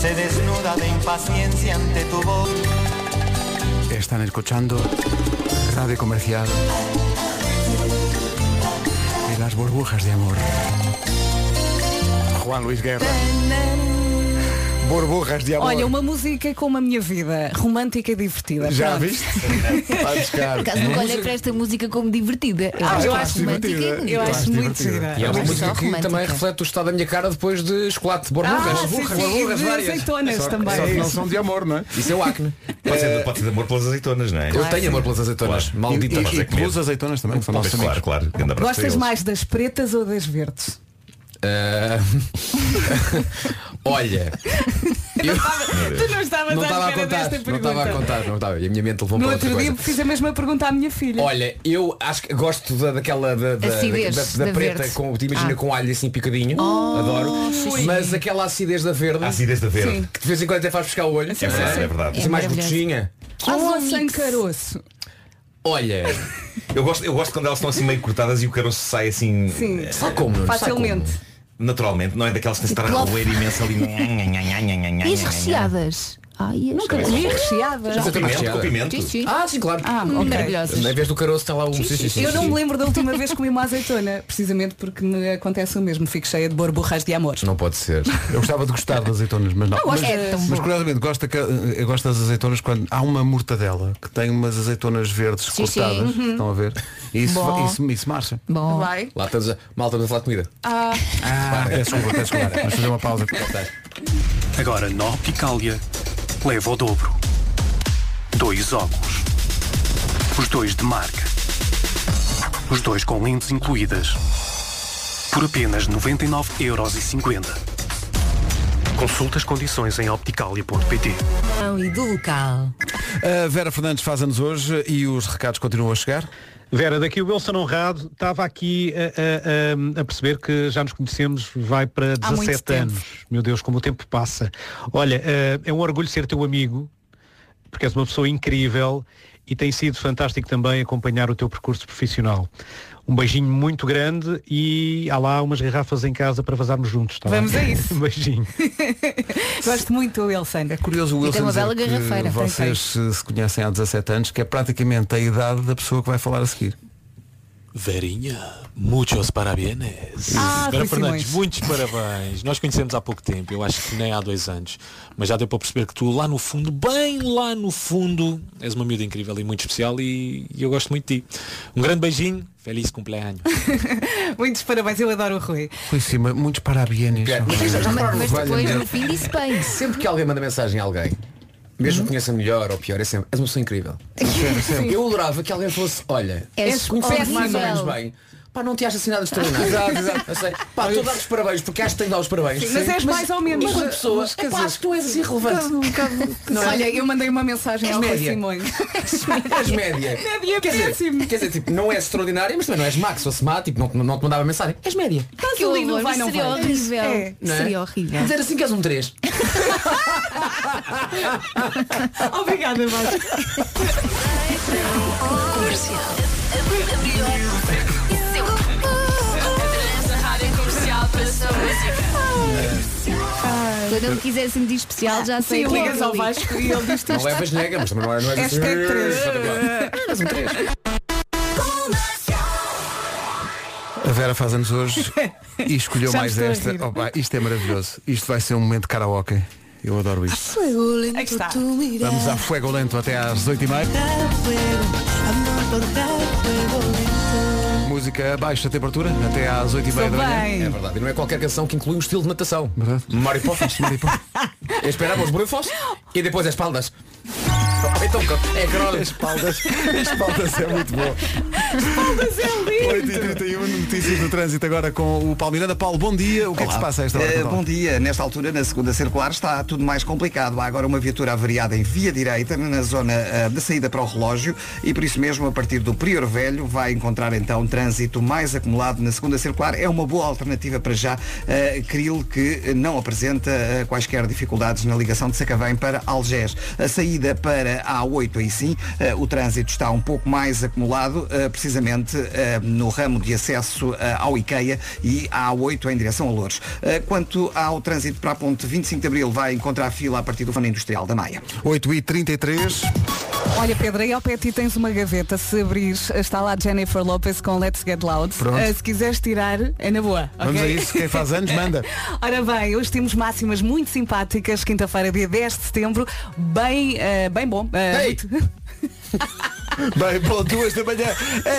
se desnuda de impaciencia ante tu voz. Están escuchando Radio Comercial y las burbujas de amor. Juan Luis Guerra. Burbujas de amor. Olha, uma música como a minha vida, romântica e divertida. É Já Pronto. viste? Vai buscar. é Por acaso nunca olhei para esta música como divertida. Eu Ah, acho eu que acho é romântica e divertida. bonita. Eu acho muito Gira. E é uma Mas música só que romântica. também reflete o estado da minha cara depois de chocolate de borburras. Ah, sim, Borburras, sim, borburras de várias. É azeitonas Só que- também. só que não são de amor, não é? Isso é o acne. Pode ser, pode ser de amor pelas azeitonas, não é? Eu tenho amor pelas azeitonas. Claro. Maldita. E- e- Mas é e que pelos medo. azeitonas também, que são Pois, nossos claro, amigos. claro. Grande abraço para Gostas eles. mais das pretas ou das verdes? Ah, Olha, Ah, tu não estavas não à estava a espera contar, desta não pergunta. estava a contar, não estava. E a minha mente levou No para outra outro dia coisa. fiz a mesma pergunta à minha filha. Olha, eu acho que gosto da, daquela da, da, Acidez da- da da preta verde. com, te imagina Ah. com alho assim picadinho. Oh, Adoro. sim. Mas aquela acidez da verde. acidez da verde. Sim. Que de vez em quando até faz buscar o olho. Sim, sim, sim. É verdade. Assim É mais maravilhoso. gotinha. Com ou sem caroço? Olha. Eu gosto, eu gosto quando elas estão assim meio cortadas e o caroço sai assim. Sim. eh, Sai como, Nuno? Facilmente. Sai Naturalmente, não é daquelas que se estar a Clove. roer imenso ali. E as recheadas? Ai, as Nunca comi recheadas. Com pimento, com pimento. Sim, sim. Ah, sim, claro. Ah, Hum, ok. Maravilhosas. Em vez do caroço está lá o. Sim, sim, sim, Eu não sim. me lembro da última vez que comi uma azeitona, precisamente porque me acontece o mesmo, fico cheia de borburras de amor. Não pode ser. Eu gostava de gostar das azeitonas, mas não. Eu gosto. mas, É tão mas bom. curiosamente, gosto, daque- eu gosto das azeitonas quando há uma mortadela que tem umas azeitonas verdes Sim, sim. cortadas. Uhum. Estão a ver? E isso, Bom. isso, isso marcha. Bom. Vai. Lá estamos a. Mal estamos a falar de comida. Ah. Ah, peço desculpa, peço desculpa. Vamos fazer uma pausa. Agora na Opticália leva o dobro. Dois óculos. Os dois de marca. Os dois com lentes incluídas. Por apenas 99,50€. Consulta as condições em opticalia.pt. e do local. A Vera Fernandes faz-nos hoje e os recados continuam a chegar. Vera, daqui o Wilson Honrado estava aqui a, a- a- a perceber que já nos conhecemos, vai para Há muito 17 tempo. anos. Meu Deus, como o tempo passa. Olha, eh, é um orgulho ser teu amigo, porque és uma pessoa incrível e tem sido fantástico também acompanhar o teu percurso profissional. um beijinho muito grande e há lá umas garrafas em casa para vazarmos juntos. tá bem? Vamos a isso. um beijinho. Gosto muito do Wilson. É curioso o Wilson dizer eh, que vocês se, se conhecem há 17 anos, que é praticamente a idade da pessoa que vai falar a seguir. Verinha, muitos parabéns. Ah, Vera Rui Fernandes, Simões. muitos parabéns. Nós conhecemos há pouco tempo, eu acho que nem há dois anos, mas já deu para perceber que tu lá no fundo, bem lá no fundo, és uma miúda incrível e muito especial e, e eu gosto muito de ti. Um grande beijinho, feliz cumpleaños. Muitos parabéns, eu adoro o Rui. Rui Cima, muitos parabéns. Mas depois no fim disse bem. Sempre que alguém manda mensagem a alguém, mesmo que conheça melhor ou pior, é sempre, és uma pessoa incrível. Eu adorava que alguém fosse, olha, És se conhecemos mais ou menos horrível. bem. Pá, não te achas assim nada extraordinário. Exato, exato. Eu sei. Pá, estou a dar os parabéns, porque acho que tenho de dar os parabéns. Sim, mas és mais ou menos. Enquanto Mas- pessoa, mas, quer é pá, dizer, acho que tu és irrelevante. um bocado- Não é? Olha, eu mandei uma mensagem És ao Rui média. Simões. És média. Média é quer péssimo. dizer, quer dizer, tipo, não é extraordinária, mas também não és max. Se fosse má, tipo, não, não te mandava mensagem. És média. Estás Que ali, não horror, vai, não seria vai. horrível. É. Não é? Seria horrível. Dizer assim que és um 3. Obrigada, Vasco. Quando ele quiser assim de especial, já sei Sim, que ligas eu ao ligo. Vasco e ele diz-te Não levas nega, mas também não é- não és assim. Hashtag três. Espetacular. És um 3. A Vera faz anos hoje e escolheu Já me mais estou a esta. rir. Opa, isto é maravilhoso. Isto vai ser um momento de karaoke. Eu adoro isto. Vamos a fuego lento até às 8h30. Música a baixa temperatura até às 8h30 da bem. manhã. É verdade. E não é qualquer canção que inclui um estilo de natação. Verdade. Mariposas. Mariposas. Eu esperava os borifós e depois as espaldas. Então, é As crónico. espaldas. As espaldas é muito bom. Mas é lindo. 8h31, notícias do trânsito agora com o Paulo Miranda. Paulo, bom dia. O que é que se passa a esta hora? Eh, Conta lá. bom dia. Nesta altura, na segunda circular, está tudo mais complicado. Há agora uma viatura avariada em via direita, na zona eh, da saída para o relógio, e por isso mesmo, a partir do Prior Velho, vai encontrar então trânsito mais acumulado na segunda circular. É uma boa alternativa para já. eh, Cril, que eh, não apresenta eh, quaisquer dificuldades na ligação de Sacavém para Algés. A saída para a A8, aí sim, eh, o trânsito está um pouco mais acumulado, eh, precisamente eh, no ramo de acesso eh, ao IKEA e à A8 em direção a Louros. Eh, Quanto ao trânsito para a ponte 25 de Abril, vai encontrar fila a partir do Fano Industrial da Maia. 8h33. Olha Pedro, aí ao pé de ti tens uma gaveta, se abrires, está lá Jennifer Lopez com Let's Get Loud. Pronto. Ah, se quiseres tirar, é na boa. Vamos ok? a isso. Quem faz anos, manda. Ora bem, hoje temos máximas muito simpáticas, quinta-feira, dia 10 de setembro, bem, ah, bem bom. Ah, Ei! Bem, bom, duas da manhã.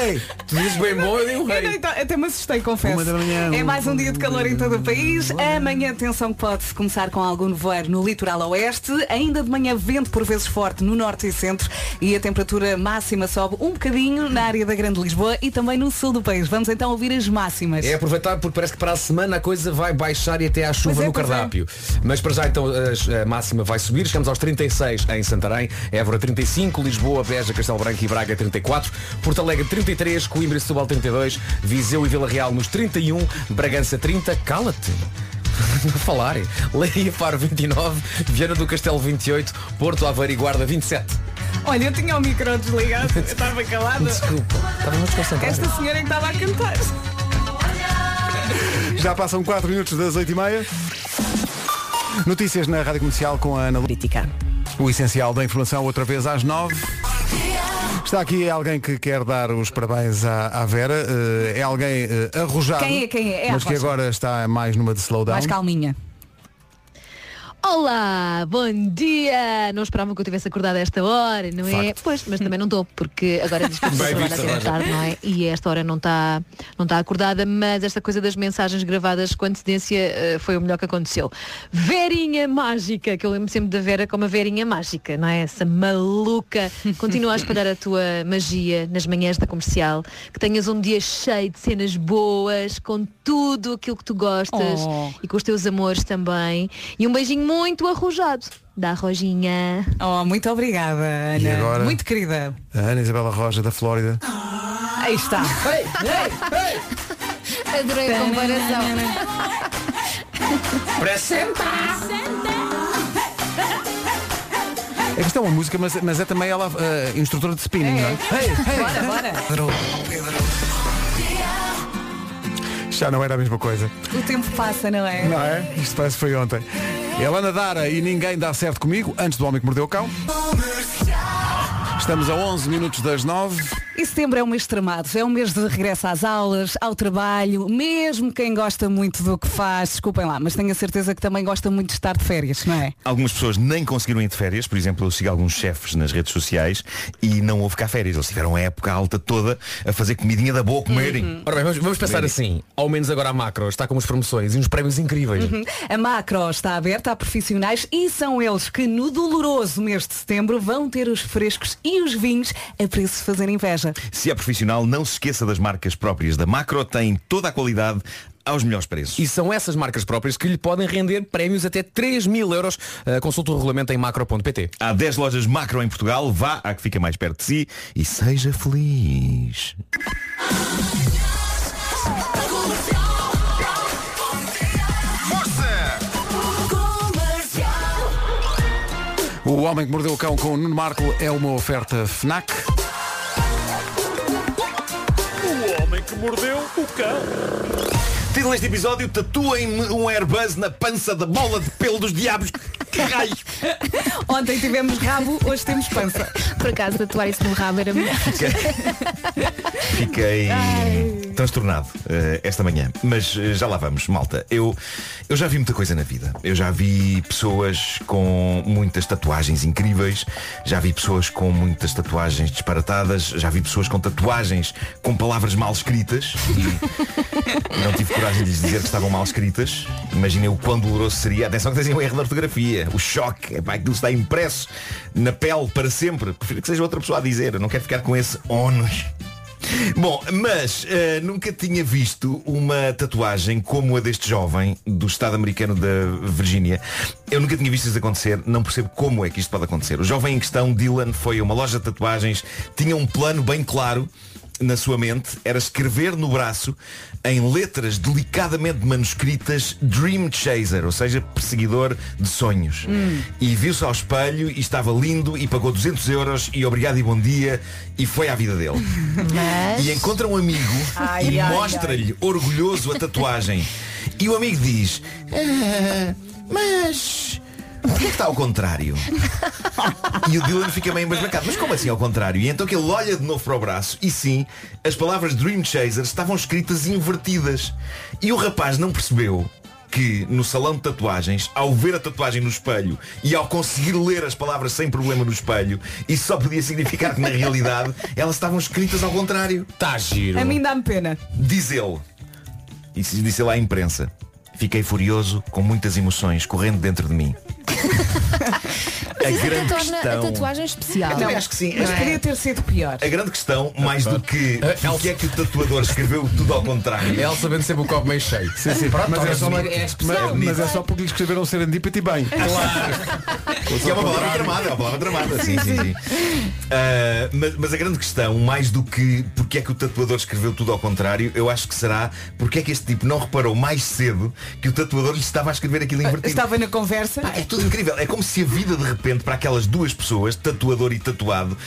Ei, tu dizes bem bom, eu digo um Eu rei. não- então, até me assustei, confesso. Uma da manhã, é um- mais um dia de calor em todo o país. Amanhã, atenção, que pode-se começar com algum nevoeiro no litoral oeste. Ainda de manhã, vento por vezes forte no norte e centro. E a temperatura máxima sobe um bocadinho na área da Grande Lisboa e também no sul do país. Vamos então ouvir as máximas. É aproveitar porque parece que para a semana a coisa vai baixar e até há chuva Pois é, no pois é. cardápio. Mas para já então as- a máxima vai subir. Chegamos aos 36 em Santarém, Évora 35, Lisboa, Beja, Castelo Branco e Braga 34, Porto Alegre 33, Coimbra e Setúbal 32, Viseu e Vila Real nos 31, Bragança 30, cala-te! A falar. Leiria Faro 29, Viana do Castelo 28, Porto Aveiro e Guarda 27. Olha, eu tinha o micro desligado, eu estava calada. Desculpa, estava muito desconcentrado. Esta senhora é que estava a cantar. Já passam 4 minutos das 8h30. Notícias na Rádio Comercial com a Ana Política. O essencial da informação outra vez às 9. Está aqui alguém que quer dar os parabéns à, à Vera. Eh, é alguém eh, arrojado. Quem é? Quem é? É a mas que Rosa. agora está mais numa de slowdown. Mais calminha. Olá, bom dia! Não esperavam que eu tivesse acordado a esta hora, não é? Facto. Pois, mas também não estou, porque agora diz que Bem estou a trabalhar visto, até à Rosa. tarde, não é? E a esta hora não está não está acordada, mas esta coisa das mensagens gravadas com antecedência eh, foi o melhor que aconteceu. Verinha mágica, que eu lembro sempre da Vera como a Verinha mágica, não é? Essa maluca. Continua a espalhar a tua magia nas manhãs da comercial. Que tenhas um dia cheio de cenas boas, com tudo aquilo que tu gostas Oh. e com os teus amores também. E um beijinho muito arrojado da Rojinha. Oh, muito obrigada, Ana. E agora? Muito querida. A Ana Isabela Roja, da Flórida. Aí está. Adorei a comparação. É que isto é uma música, mas, mas é também ela eh, instrutora de spinning, não é? Ei, ei, Bora, bora. Pedro. Já não era a mesma coisa. O tempo passa, não é? Não é? Isto parece que foi ontem. Elana Dara e Ninguém Dá Certo Comigo, antes do Homem que Mordeu o Cão. Estamos a 11 minutos das 9. E setembro é um mês tramado, é um mês de regresso às aulas, ao trabalho, mesmo quem gosta muito do que faz, desculpem lá, mas tenho a certeza que também gosta muito de estar de férias, não é? Algumas pessoas nem conseguiram ir de férias, por exemplo, eu sigo alguns chefes nas redes sociais e não houve cá férias, eles tiveram a época alta toda a fazer comidinha da boa, comerem. Uhum. Ora bem, vamos, vamos pensar assim, ao menos agora a macro está com umas promoções e uns prémios incríveis. Uhum. A macro está aberta a profissionais e são eles que no doloroso mês de setembro vão ter os frescos e os vinhos a preço de fazer inveja. Se é profissional, não se esqueça das marcas próprias da Macro, tem toda a qualidade aos melhores preços. E são essas marcas próprias que lhe podem render prémios até 3 mil euros. Uh, consulta o regulamento em macro.pt. Há 10 lojas macro em Portugal, vá à que fica mais perto de si e seja feliz. O Homem que Mordeu o Cão com o Nuno Marco é uma oferta FNAC. O homem que mordeu o cão. Título deste episódio, tatuem-me um Airbus na pança da bola de pelo dos diabos. Que raio! Ontem tivemos rabo, hoje temos pança. Por acaso, tatuar isso no rabo era melhor. Fiquei, Fiquei transtornado eh, esta manhã. Mas eh, já lá vamos, malta. Eu, eu já vi muita coisa na vida. Eu já vi pessoas com muitas tatuagens incríveis. Já vi pessoas com muitas tatuagens disparatadas. Já vi pessoas com tatuagens com palavras mal escritas. E não tive coragem de lhes dizer que estavam mal escritas. Imaginei o quão doloroso seria. Atenção que tens um erro de ortografia. O choque. Epá, aquilo está impresso na pele para sempre. Prefiro que seja outra pessoa a dizer. Eu não quero ficar com esse ónus. Bom, mas eh, nunca tinha visto uma tatuagem como a deste jovem do estado americano da Virgínia. Eu nunca tinha visto isso acontecer, não percebo como é que isto pode acontecer. O jovem em questão, Dylan, foi a uma loja de tatuagens, tinha um plano bem claro na sua mente, era escrever no braço, em letras delicadamente manuscritas, Dream Chaser, ou seja, perseguidor de sonhos. E viu-se ao espelho e estava lindo e pagou 200 euros e obrigado e bom dia e foi à vida dele. Mas... E encontra um amigo Ai, e ai, mostra-lhe orgulhoso a tatuagem. e o amigo diz, É, "Ah, mas porquê que está ao contrário? e o Dylan fica meio embasbacado. Mas como assim ao contrário? E então que ele olha de novo para o braço e sim, as palavras Dream Chaser estavam escritas invertidas. E o rapaz não percebeu que no salão de tatuagens, ao ver a tatuagem no espelho e ao conseguir ler as palavras sem problema no espelho, isso só podia significar que na realidade elas estavam escritas ao contrário. Está giro. A mim dá-me pena. Diz ele. E se disse ele à imprensa. Fiquei furioso, com muitas emoções correndo dentro de mim. a Mas isso é grande que torna a questão- tatuagem especial. Eu também acho que sim. Mas Não é? podia ter sido pior. A grande questão, mais do que o que é que o tatuador escreveu tudo ao contrário. Ela sabendo sempre o copo meio cheio. Sim, sim. Pronto, mas, é olha, só, bonito. mas- especial. mas é só porque lhe escreveram Serendipity bem. é E é uma palavra tramada, é uma palavra tramada, sim, sim, sim. Ah, mas, mas a grande questão, mais do que porque é que o tatuador escreveu tudo ao contrário, eu acho que será porque é que este tipo não reparou mais cedo que o tatuador lhe estava a escrever aquilo invertido. Estava na conversa. é? Pá, É tudo incrível. É como se a vida de repente para aquelas duas pessoas, tatuador e tatuado,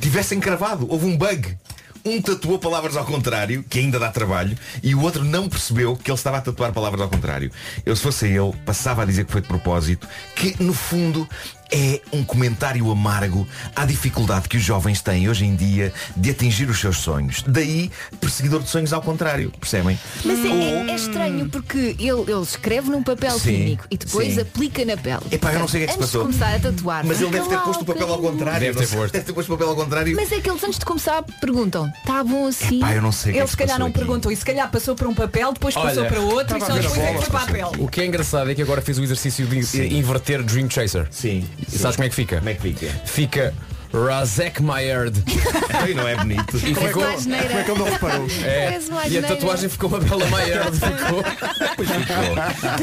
tivessem cravado. Houve um bug. Um tatuou palavras ao contrário, que ainda dá trabalho, e o outro não percebeu que ele estava a tatuar palavras ao contrário. Eu, se fosse ele, passava a dizer que foi de propósito, que no fundo é um comentário amargo à dificuldade que os jovens têm hoje em dia de atingir os seus sonhos. Daí, perseguidor de sonhos ao contrário, percebem? Mas é, é- é estranho porque ele, ele escreve num papel Sim, químico e depois sim. aplica na pele. Epá, eu não sei o que é que se Antes de passou. começar a tatuar. Mas ele deve ter fica lá posto o um papel ao bocadinho. contrário. Deve ter não sei, posto. deve ter posto o papel ao contrário. Mas é que eles antes de começar perguntam, está bom assim? Epá, eu não sei o que é Ele que se calhar passou não aqui. perguntou e se calhar passou por um papel, depois Olha, passou para outro e estava só a ver a depois é que bola, foi para a pele. O que é engraçado é que agora fiz o exercício de inverter Dream Chaser. Sim. E sabes como é que fica? Como é que fica? Fica Razek Myerd. Ei, não é bonito. E Parece ficou. uma asneira. Como é que ele não reparou? É, Parece uma e a asneira. tatuagem ficou uma bela Myerd. Ficou.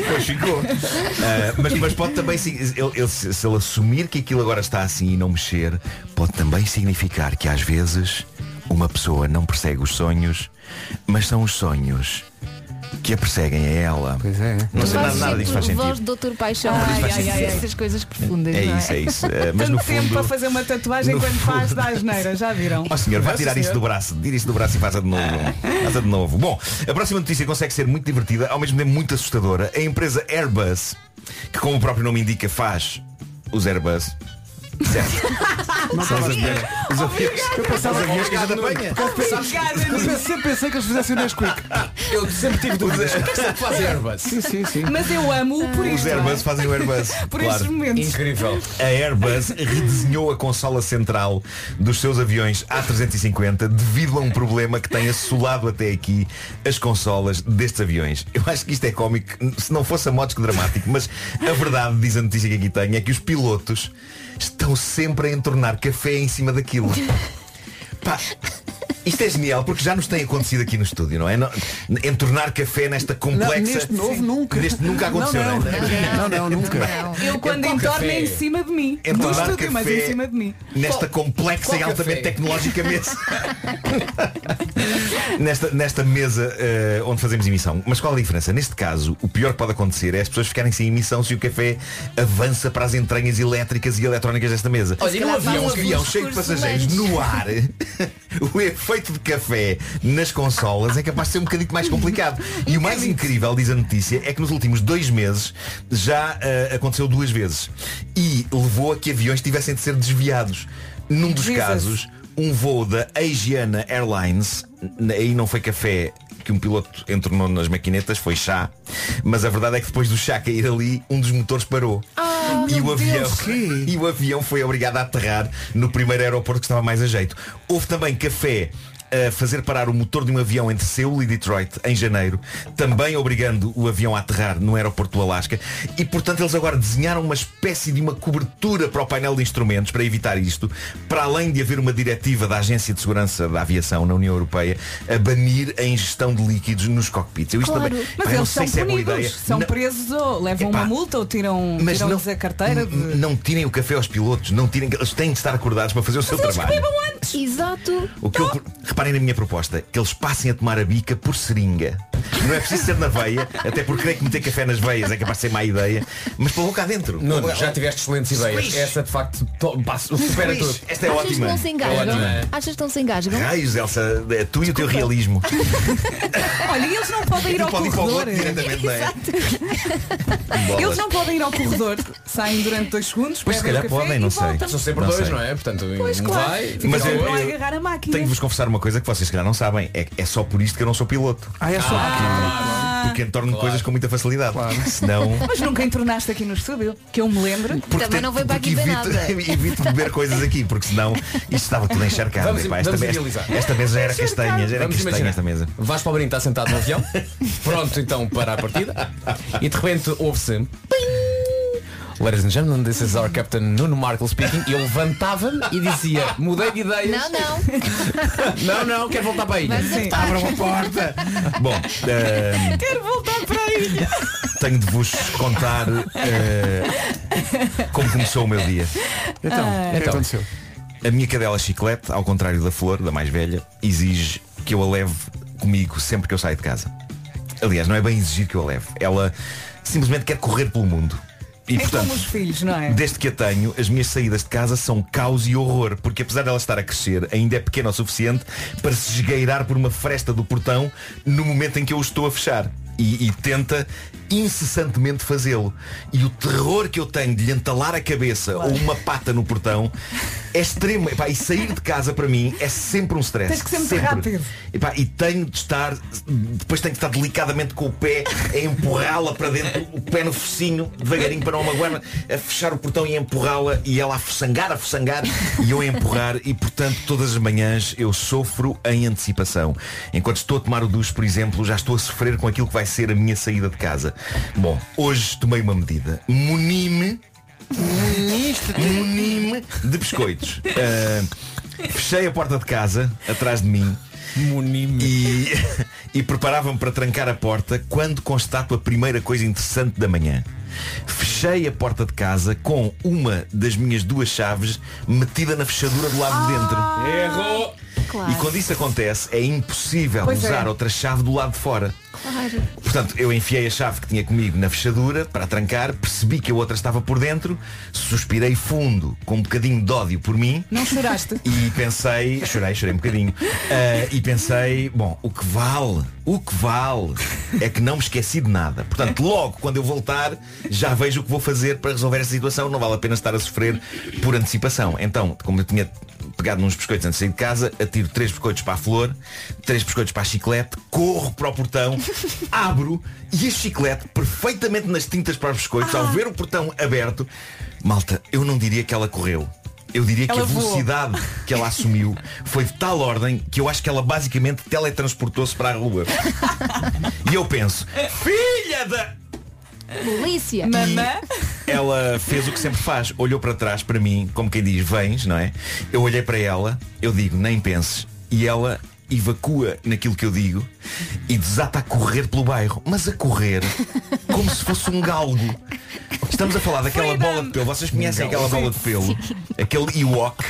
Pois ficou. Ah, mas, mas pode também sig- ele, ele- se se ele assumir que aquilo agora está assim e não mexer, pode também significar que às vezes uma pessoa não persegue os sonhos, mas são os sonhos que a perseguem é ela. Pois é. Não sei nada, nada disso faz sentido. Voz do Dr. Paixão. Nada disso Ai, faz ai, ai, sentido. essas coisas profundas. É não isso, é isso. Eh, Mas Tanto no tempo para fundo. fazer uma tatuagem no quando faz fundo- da asneira, já viram? Ó senhor, vai tirar isso do braço, tira isso do braço e faça de novo. Faça de novo. Bom, a próxima notícia consegue ser muito divertida, ao mesmo tempo muito assustadora. A empresa Airbus, que como o próprio nome indica, faz os Airbus. Certo? São os aviões. Os aviões. Eu pensava Os aviões que a gente Obrigada, apanha. Nuno. Porque eu pensava- eu pensei- sempre pensei que eles fizessem o Nesquik. Eu sempre tive dúvidas. O que é que se faz a Airbus? Sim, sim, sim. Mas eu amo por Os isto. não é? Airbus fazem o Airbus. Por claro. estes momentos. Incrível. A Airbus redesenhou a consola central dos seus aviões A350 devido a um problema que tem assolado até aqui as consolas destes aviões. Eu acho que isto é cómico, se não fosse a modos que dramático, mas a verdade, diz a notícia que aqui tenho, é que os pilotos estão sempre a entornar café em cima daquilo. Pá, isto é genial porque já nos tem acontecido aqui no estúdio, não é? Não- entornar café nesta complexa. Não, neste novo, Sim. nunca. Neste nunca Não, aconteceu, não, não é? não, não, nunca. Eu quando Então, entorno café. é em cima de mim. É Do tomar estúdio, mas café em cima de mim. Nesta complexa qual e altamente café? tecnológica mesa. nesta, nesta mesa eh, onde fazemos emissão. Mas qual a diferença? Neste caso, o pior que pode acontecer é as pessoas ficarem sem emissão se o café avança para as entranhas elétricas e eletrónicas desta mesa. Olha, e um avião, um que avião os cheio de recursos passageiros humanos. no ar, o efeito de café nas consolas é capaz de ser um bocadinho mais complicado. E Um o mais incrível, diz a notícia, é que nos últimos dois meses já ah, aconteceu duas vezes. E levou a que aviões tivessem de ser desviados. Num dos Jesus. casos, um voo da Asiana Airlines, n- aí não foi café que um piloto entornou nas maquinetas, foi chá. Mas a verdade é que depois do chá cair ali, um dos motores parou. Ah, e o avião e o avião foi obrigado a aterrar no primeiro aeroporto que estava mais a jeito houve também café a fazer parar o motor de um avião entre Seul e Detroit em janeiro, também obrigando o avião a aterrar no aeroporto do Alasca e portanto eles agora desenharam uma espécie de uma cobertura para o painel de instrumentos para evitar isto, para além de haver uma diretiva da Agência de Segurança da Aviação na União Europeia a banir a ingestão de líquidos nos cockpits. Eu isto Claro. também, Mas Pá, eu não eles sei são se é boa punidos. ideia. São Não- presos ou levam Epá. uma multa ou tiram, tiram-lhes a carteira de. n- não tirem o café aos pilotos, não tirem, eles têm de estar acordados para fazer o seu trabalho. antes. Exato. O que eu, pro- reparem na minha proposta, que eles passem a tomar a bica por seringa. Não é preciso ser na veia, até porque creio que meter café nas veias é capaz de ser má ideia, mas pela boca adentro. Nuno, já tiveste excelentes ideias. Swish. Essa de facto to- passa- supera Swish. tudo. Esta é Achas ótima. que não se É engasgam? ótima. Achas que não se engasgam? Raios, Elsa, é tu e o teu realismo. Olha, eles não podem ir Não ao podem ir para o corredor. outro diretamente, não é? Eles Bolas. não podem ir ao corredor. Saem durante dois segundos, Pois, se bebem o calhar café podem, e não sei. voltam. São sempre Não dois, sei. não é? Portanto, Pois um claro. vai. Fica Mas só eu- um a eu- agarrar a máquina. Tenho que vos confessar uma coisa que vocês se calhar não sabem. É, é só por isto que eu não sou piloto. Ah, é só Porque entorno coisas com muita facilidade. Senão. Mas nunca entornaste aqui no estúdio, que eu me lembro. Porque Também te- não veio para porque aqui ver evito, nada. evito beber coisas aqui, porque senão isto estava tudo encharcado. Vamos- Epá, esta, vamos esta- idealizar. esta mesa já era castanha, já era Vamos castanha imaginar. esta mesa. Vais para o Brinco, está sentado no avião, pronto então para a partida, e de repente ouve-se "Ping!" Ladies and gentlemen, this is our Captain Nuno Markle speaking. E eu levantava-me e dizia, mudei de ideias. Não, não. Não, não, quero voltar para a ilha. Vais voltar. Abram a porta. Bom, eh, Quero voltar para aí. tenho de vos contar eh, como começou o meu dia. Então, o que Então. aconteceu? A minha cadela chiclete, ao contrário da flor, da mais velha, exige que eu a leve comigo sempre que eu saio de casa. Aliás, não é bem exigir que eu a leve. Ela simplesmente quer correr pelo mundo. E, É portanto, como os filhos, não é? Desde que a tenho, as minhas saídas de casa são caos e horror, porque apesar dela estar a crescer, ainda é pequena o suficiente para se esgueirar por uma fresta do portão no momento em que eu o estou a fechar. E, e tenta incessantemente fazê-lo. E o terror que eu tenho de lhe entalar a cabeça ou uma pata no portão é extremo. Epá, e sair de casa para mim é sempre um stress. Tens que ser muito rápido. Epá, e tenho de estar, depois tenho de estar delicadamente com o pé a empurrá-la para dentro, o pé no focinho, devagarinho para não magoar, a fechar o portão e a empurrá-la e ela a fessangar, a fessangar e eu a empurrar e portanto todas as manhãs eu sofro em antecipação. Enquanto estou a tomar o duche, por exemplo, já estou a sofrer com aquilo que vai ser a minha saída de casa. Bom, hoje tomei uma medida. Muni-me Munime de biscoitos. Ah, fechei a porta de casa, atrás de mim. E, e preparava-me para trancar a porta quando constato a primeira coisa interessante da manhã. Fechei a porta de casa com Ah. uma das minhas duas chaves metida na fechadura do lado de dentro. Errou. Claro. E quando isso acontece, é impossível Pois usar é. outra chave do lado de fora. Claro. Portanto, eu enfiei a chave que tinha comigo na fechadura para trancar, percebi que a outra estava por dentro, suspirei fundo, com um bocadinho de ódio por mim. Não choraste? E pensei, chorei, chorei um bocadinho. Ah, e pensei, bom, o que vale, o que vale é que não me esqueci de nada. Portanto, logo quando eu voltar, já vejo o que vou fazer para resolver essa situação. Não vale a pena estar a sofrer por antecipação. Então, como eu tinha pegado uns biscoitos antes de sair de casa, atiro três biscoitos para a flor, três biscoitos para a chiclete, corro para o portão, abro e a chiclete, perfeitamente nas tintas para os biscoitos, Ah. ao ver o portão aberto, malta, eu não diria que ela correu. Eu diria que Ela a voou. velocidade responsabilidade que ela assumiu foi de tal ordem que eu acho que ela basicamente teletransportou-se para a rua. E eu penso, É filha da. Polícia. Mamã. Ela fez o que sempre faz, olhou para trás para mim, como quem diz, vens, não é? Eu olhei para ela, eu digo, nem penses, e ela evacua naquilo que eu digo e desata a correr pelo bairro, mas a correr como se fosse um galgo. Estamos a falar daquela bola de pelo, vocês conhecem aquela bola de pelo, aquele Ewok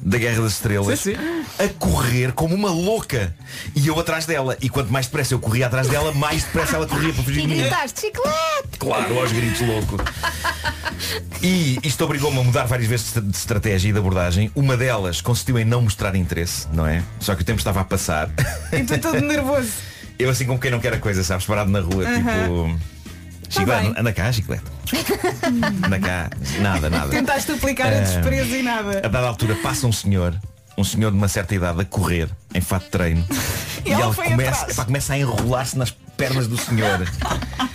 da Guerra das Estrelas a correr como uma louca e eu atrás dela e quanto mais depressa eu corria atrás dela mais depressa ela corria para fugir E de tá, mim gritaste, chiclete! Claro, aos gritos louco. E isto obrigou-me a mudar várias vezes de estratégia e de abordagem. Uma delas consistiu em não mostrar interesse, não é? Só que o tempo estava a passar. E tu todo nervoso. Eu assim como quem não quer a coisa, sabes? Parado na rua, Aham. Tá tipo. Chiclete, bem. anda cá, chiclete. Anda cá. Nada, nada. Tentaste aplicar Ah, a desprezo e nada. A dada altura passa um senhor, um senhor de uma certa idade a correr, em fato de treino. E ela foi começa, atrás. epá, começa a enrolar-se nas pernas do senhor. ah,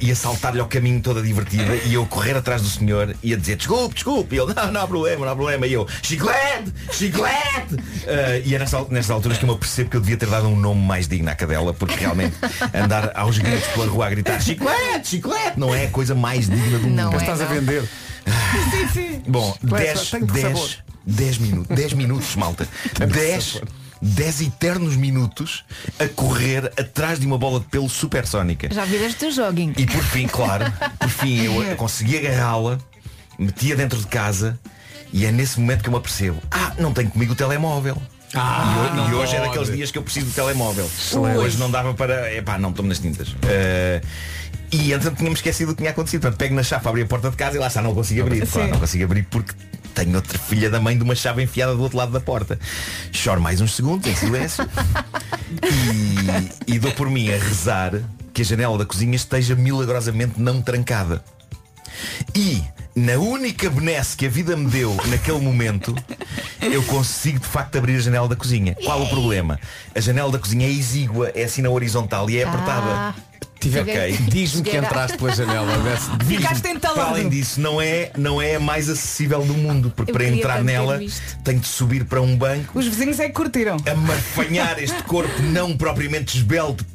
e a saltar-lhe ao caminho toda divertida e eu correr atrás do senhor e a dizer desculpe, desculpe, e ele não, não há problema, não há problema e eu, chiclete, chiclete Ah, e é nessa, al- nessas alturas que eu me apercebo que eu devia ter dado um nome mais digno à cadela porque realmente andar aos gritos pela rua a gritar chiclete, chiclete não é a coisa mais digna do Não mundo é, Estás a não. vender Bom, Mas 10, tem que 10, sabor. 10 minutos, 10 minutos, malta. 10, 10 eternos minutos a correr atrás de uma bola de pelo supersónica. Já viraste o jogging. E por fim, claro, por fim eu consegui agarrá-la, metia dentro de casa e é nesse momento que eu me apercebo. Ah, não tenho comigo o telemóvel. Ah, e, ho- e não hoje é pode. daqueles dias que eu preciso do telemóvel. Ui. Hoje não dava para. Epá, não, estou-me nas tintas. Eh, e então tinha-me esquecido o que tinha acontecido. Portanto, pego na chave, abri a porta de casa e lá está, não consigo abrir. Sim. Claro, não consigo abrir porque tenho outra filha da mãe de uma chave enfiada do outro lado da porta. Choro mais uns segundos em silêncio e, e dou por mim a rezar que a janela da cozinha esteja milagrosamente não trancada. E na única benesse que a vida me deu naquele momento, eu consigo de facto abrir a janela da cozinha. Qual o problema? A janela da cozinha é exígua, é assim na horizontal e é apertada. Ah, Tive- Ok. diz-me que entraste pela janela, Bess. Diz-me. Ficaste entalado. Para além disso, não é, não é a mais acessível do mundo, porque Eu para queria entrar tanto ter nela visto. tenho de subir para um banco, Os vizinhos é que curtiram. amarfanhar este corpo não propriamente esbelto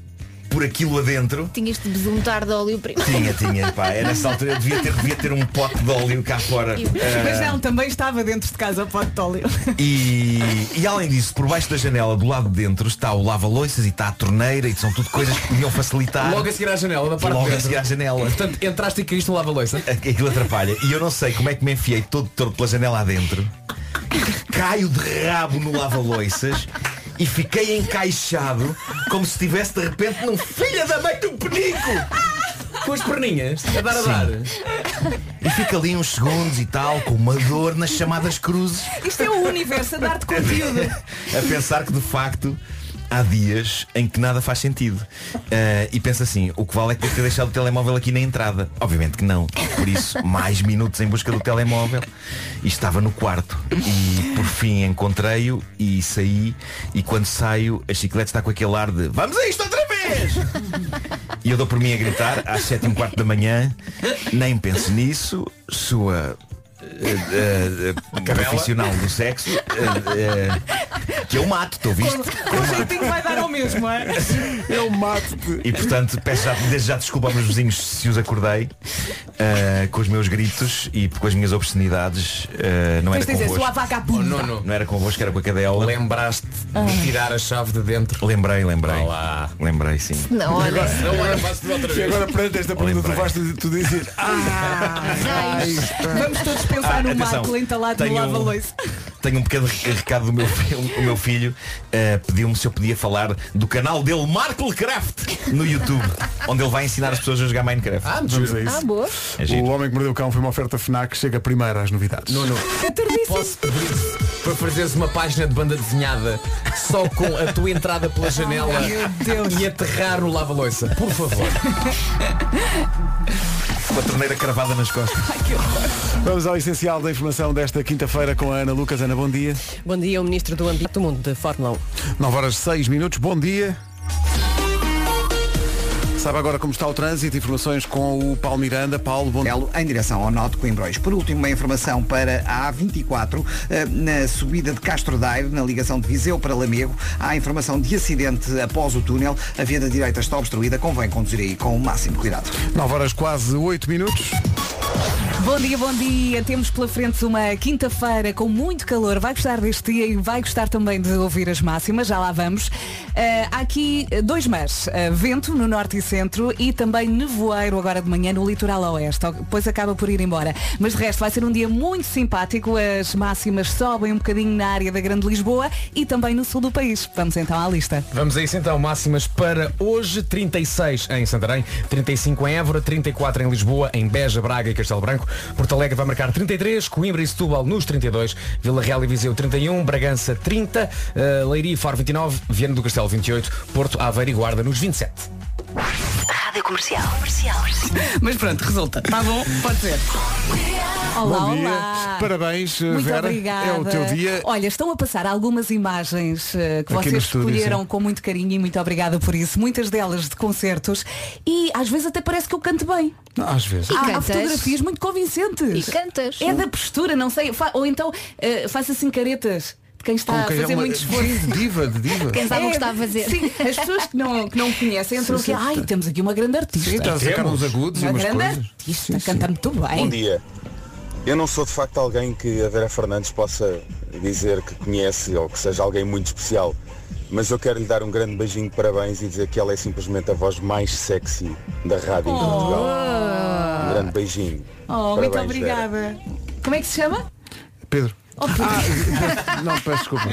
por aquilo adentro. Tinhas de besuntar de óleo primeiro. Tinha, tinha, pá, era nessa altura eu devia ter, devia ter um pote de óleo cá fora. Mas Ah, não, também estava dentro de casa o pote de óleo. E, e além disso, por baixo da janela, do lado de dentro, está o lava-loiças e está a torneira e são tudo coisas que podiam facilitar. Logo a seguir à janela, da parte Logo de a dentro. seguir à janela. Portanto, entraste e caíste no lava-loiça. Aquilo atrapalha. E eu não sei como é que me enfiei todo torto pela janela adentro. Caio de rabo no lava-loiças e fiquei encaixado como se tivesse de repente num filha da mãe de um penico. Com as perninhas, a dar a Sim. dar. E fica ali uns segundos e tal, com uma dor nas chamadas cruzes. Isto é o universo a dar-te conteúdo. a pensar que de facto há dias em que nada faz sentido. Eh, e pensa assim, o que vale é que ter deixado o telemóvel aqui na entrada. Obviamente que não. Por isso, mais minutos em busca do telemóvel. E estava no quarto. E por fim encontrei-o e saí. E quando saio, a chiclete está com aquele ar de vamos a isto outra vez! E eu dou por mim a gritar às 7 e um quarto da manhã, nem pense nisso, sua eh, eh, profissional do sexo, eh, eh, que eu mato, estou visto. É. Com jeitinho vai dar ao mesmo, é? Eu mato-te. E portanto peço já, desde já desculpa aos meus vizinhos se os acordei eh, com os meus gritos e com as minhas obscenidades. eh, não era Tens de dizer, sua convosco. vagabunda. Não era convosco, era com a cadela. Oh, Lembraste Ah. tirar a chave de dentro. Lembrei, lembrei. Lembrei, sim. Não, olha. E agora perante esta pergunta tu vais tu dizes Vamos todos pensar Ah, no atenção. Marco entalado Tenho- no lava-loiça. tenho um pequeno recado do meu filho. O meu filho uh, pediu-me se eu podia falar do canal dele, Marklecraft, no YouTube, onde ele vai ensinar as pessoas a jogar Minecraft. Ah, vamos a isso. Ah, boa. É o Homem que Mordeu o Cão foi uma oferta FNAC, chega primeiro às novidades. Não, não. Posso pedir para fazeres uma página de banda desenhada só com a tua entrada pela janela oh, e aterrar no lava-loiça? Por favor. com a torneira cravada nas costas. Vamos ao essencial da informação desta quinta-feira com a Ana Lucas. Ana, bom dia. Bom dia, o Ministro do Ambiente do Mundo de Fórmula 1. 9 horas 6 minutos, bom dia. Sabe agora como está o trânsito, informações com o Paulo Miranda. Paulo, bom dia. Em direção ao Norte Coimbrões. Por último, uma informação para a A24, eh, na subida de Castro Daire, na ligação de Viseu para Lamego. Há informação de acidente após o túnel. A via da direita está obstruída, convém conduzir aí com o máximo cuidado. 9 horas quase 8 minutos. Bom dia, bom dia. Temos pela frente uma quinta-feira com muito calor. Vai gostar deste dia e vai gostar também de ouvir as máximas. Já lá vamos. Uh, há aqui dois mas. Uh, vento no norte e centro e também nevoeiro agora de manhã no litoral oeste. Depois acaba por ir embora. Mas de resto vai ser um dia muito simpático. As máximas sobem um bocadinho na área da Grande Lisboa e também no sul do país. Vamos então à lista. Vamos a isso então. Máximas para hoje. 36 em Santarém, 35 em Évora, 34 em Lisboa, em Beja, Braga e Castelo Branco. Porto Alegre vai marcar 33, Coimbra e Setúbal nos 32, Vila Real e Viseu 31, Bragança 30, uh, Leiria e Faro 29, Viana do Castelo 28, Porto Aveiro e Guarda nos 27. Rádio Comercial. comercial. Mas pronto, resulta. Está bom, pode ser. Olá, Bom dia. olá. Parabéns, Ah, Muito Vera. obrigada. É o teu dia. Olha, estão a passar algumas imagens eh, que Aqui no vocês estúdio, escolheram sim. com muito carinho e muito obrigada por isso. Muitas delas de concertos e às vezes até parece que eu canto bem. Às vezes. Há- há, cantas. fotografias muito convincentes. E cantas. É da postura, não sei. Fa- ou então eh, faça assim caretas de quem está Ah, Com a quem é fazer uma- muito esforço. É, Sim, Diva, de diva. Quem sabe o que está a fazer. Sim, as pessoas que não, que não me conhecem entram Sim, aqui. sim. Ai, temos aqui uma grande artista. Sim, está a sacar uns agudos e uma umas grande coisas. artista, canta muito bem. Bom dia. Eu não sou de facto alguém que a Vera Fernandes possa dizer que conhece ou que seja alguém muito especial, mas eu quero lhe dar um grande beijinho de parabéns e dizer que ela é simplesmente a voz mais sexy da rádio em Portugal. Ah. Um grande beijinho. Oh, muito Parabéns, Vera. obrigada. Como é que se chama? Pedro. Oh, Pedro. Ah, Não, peço desculpa.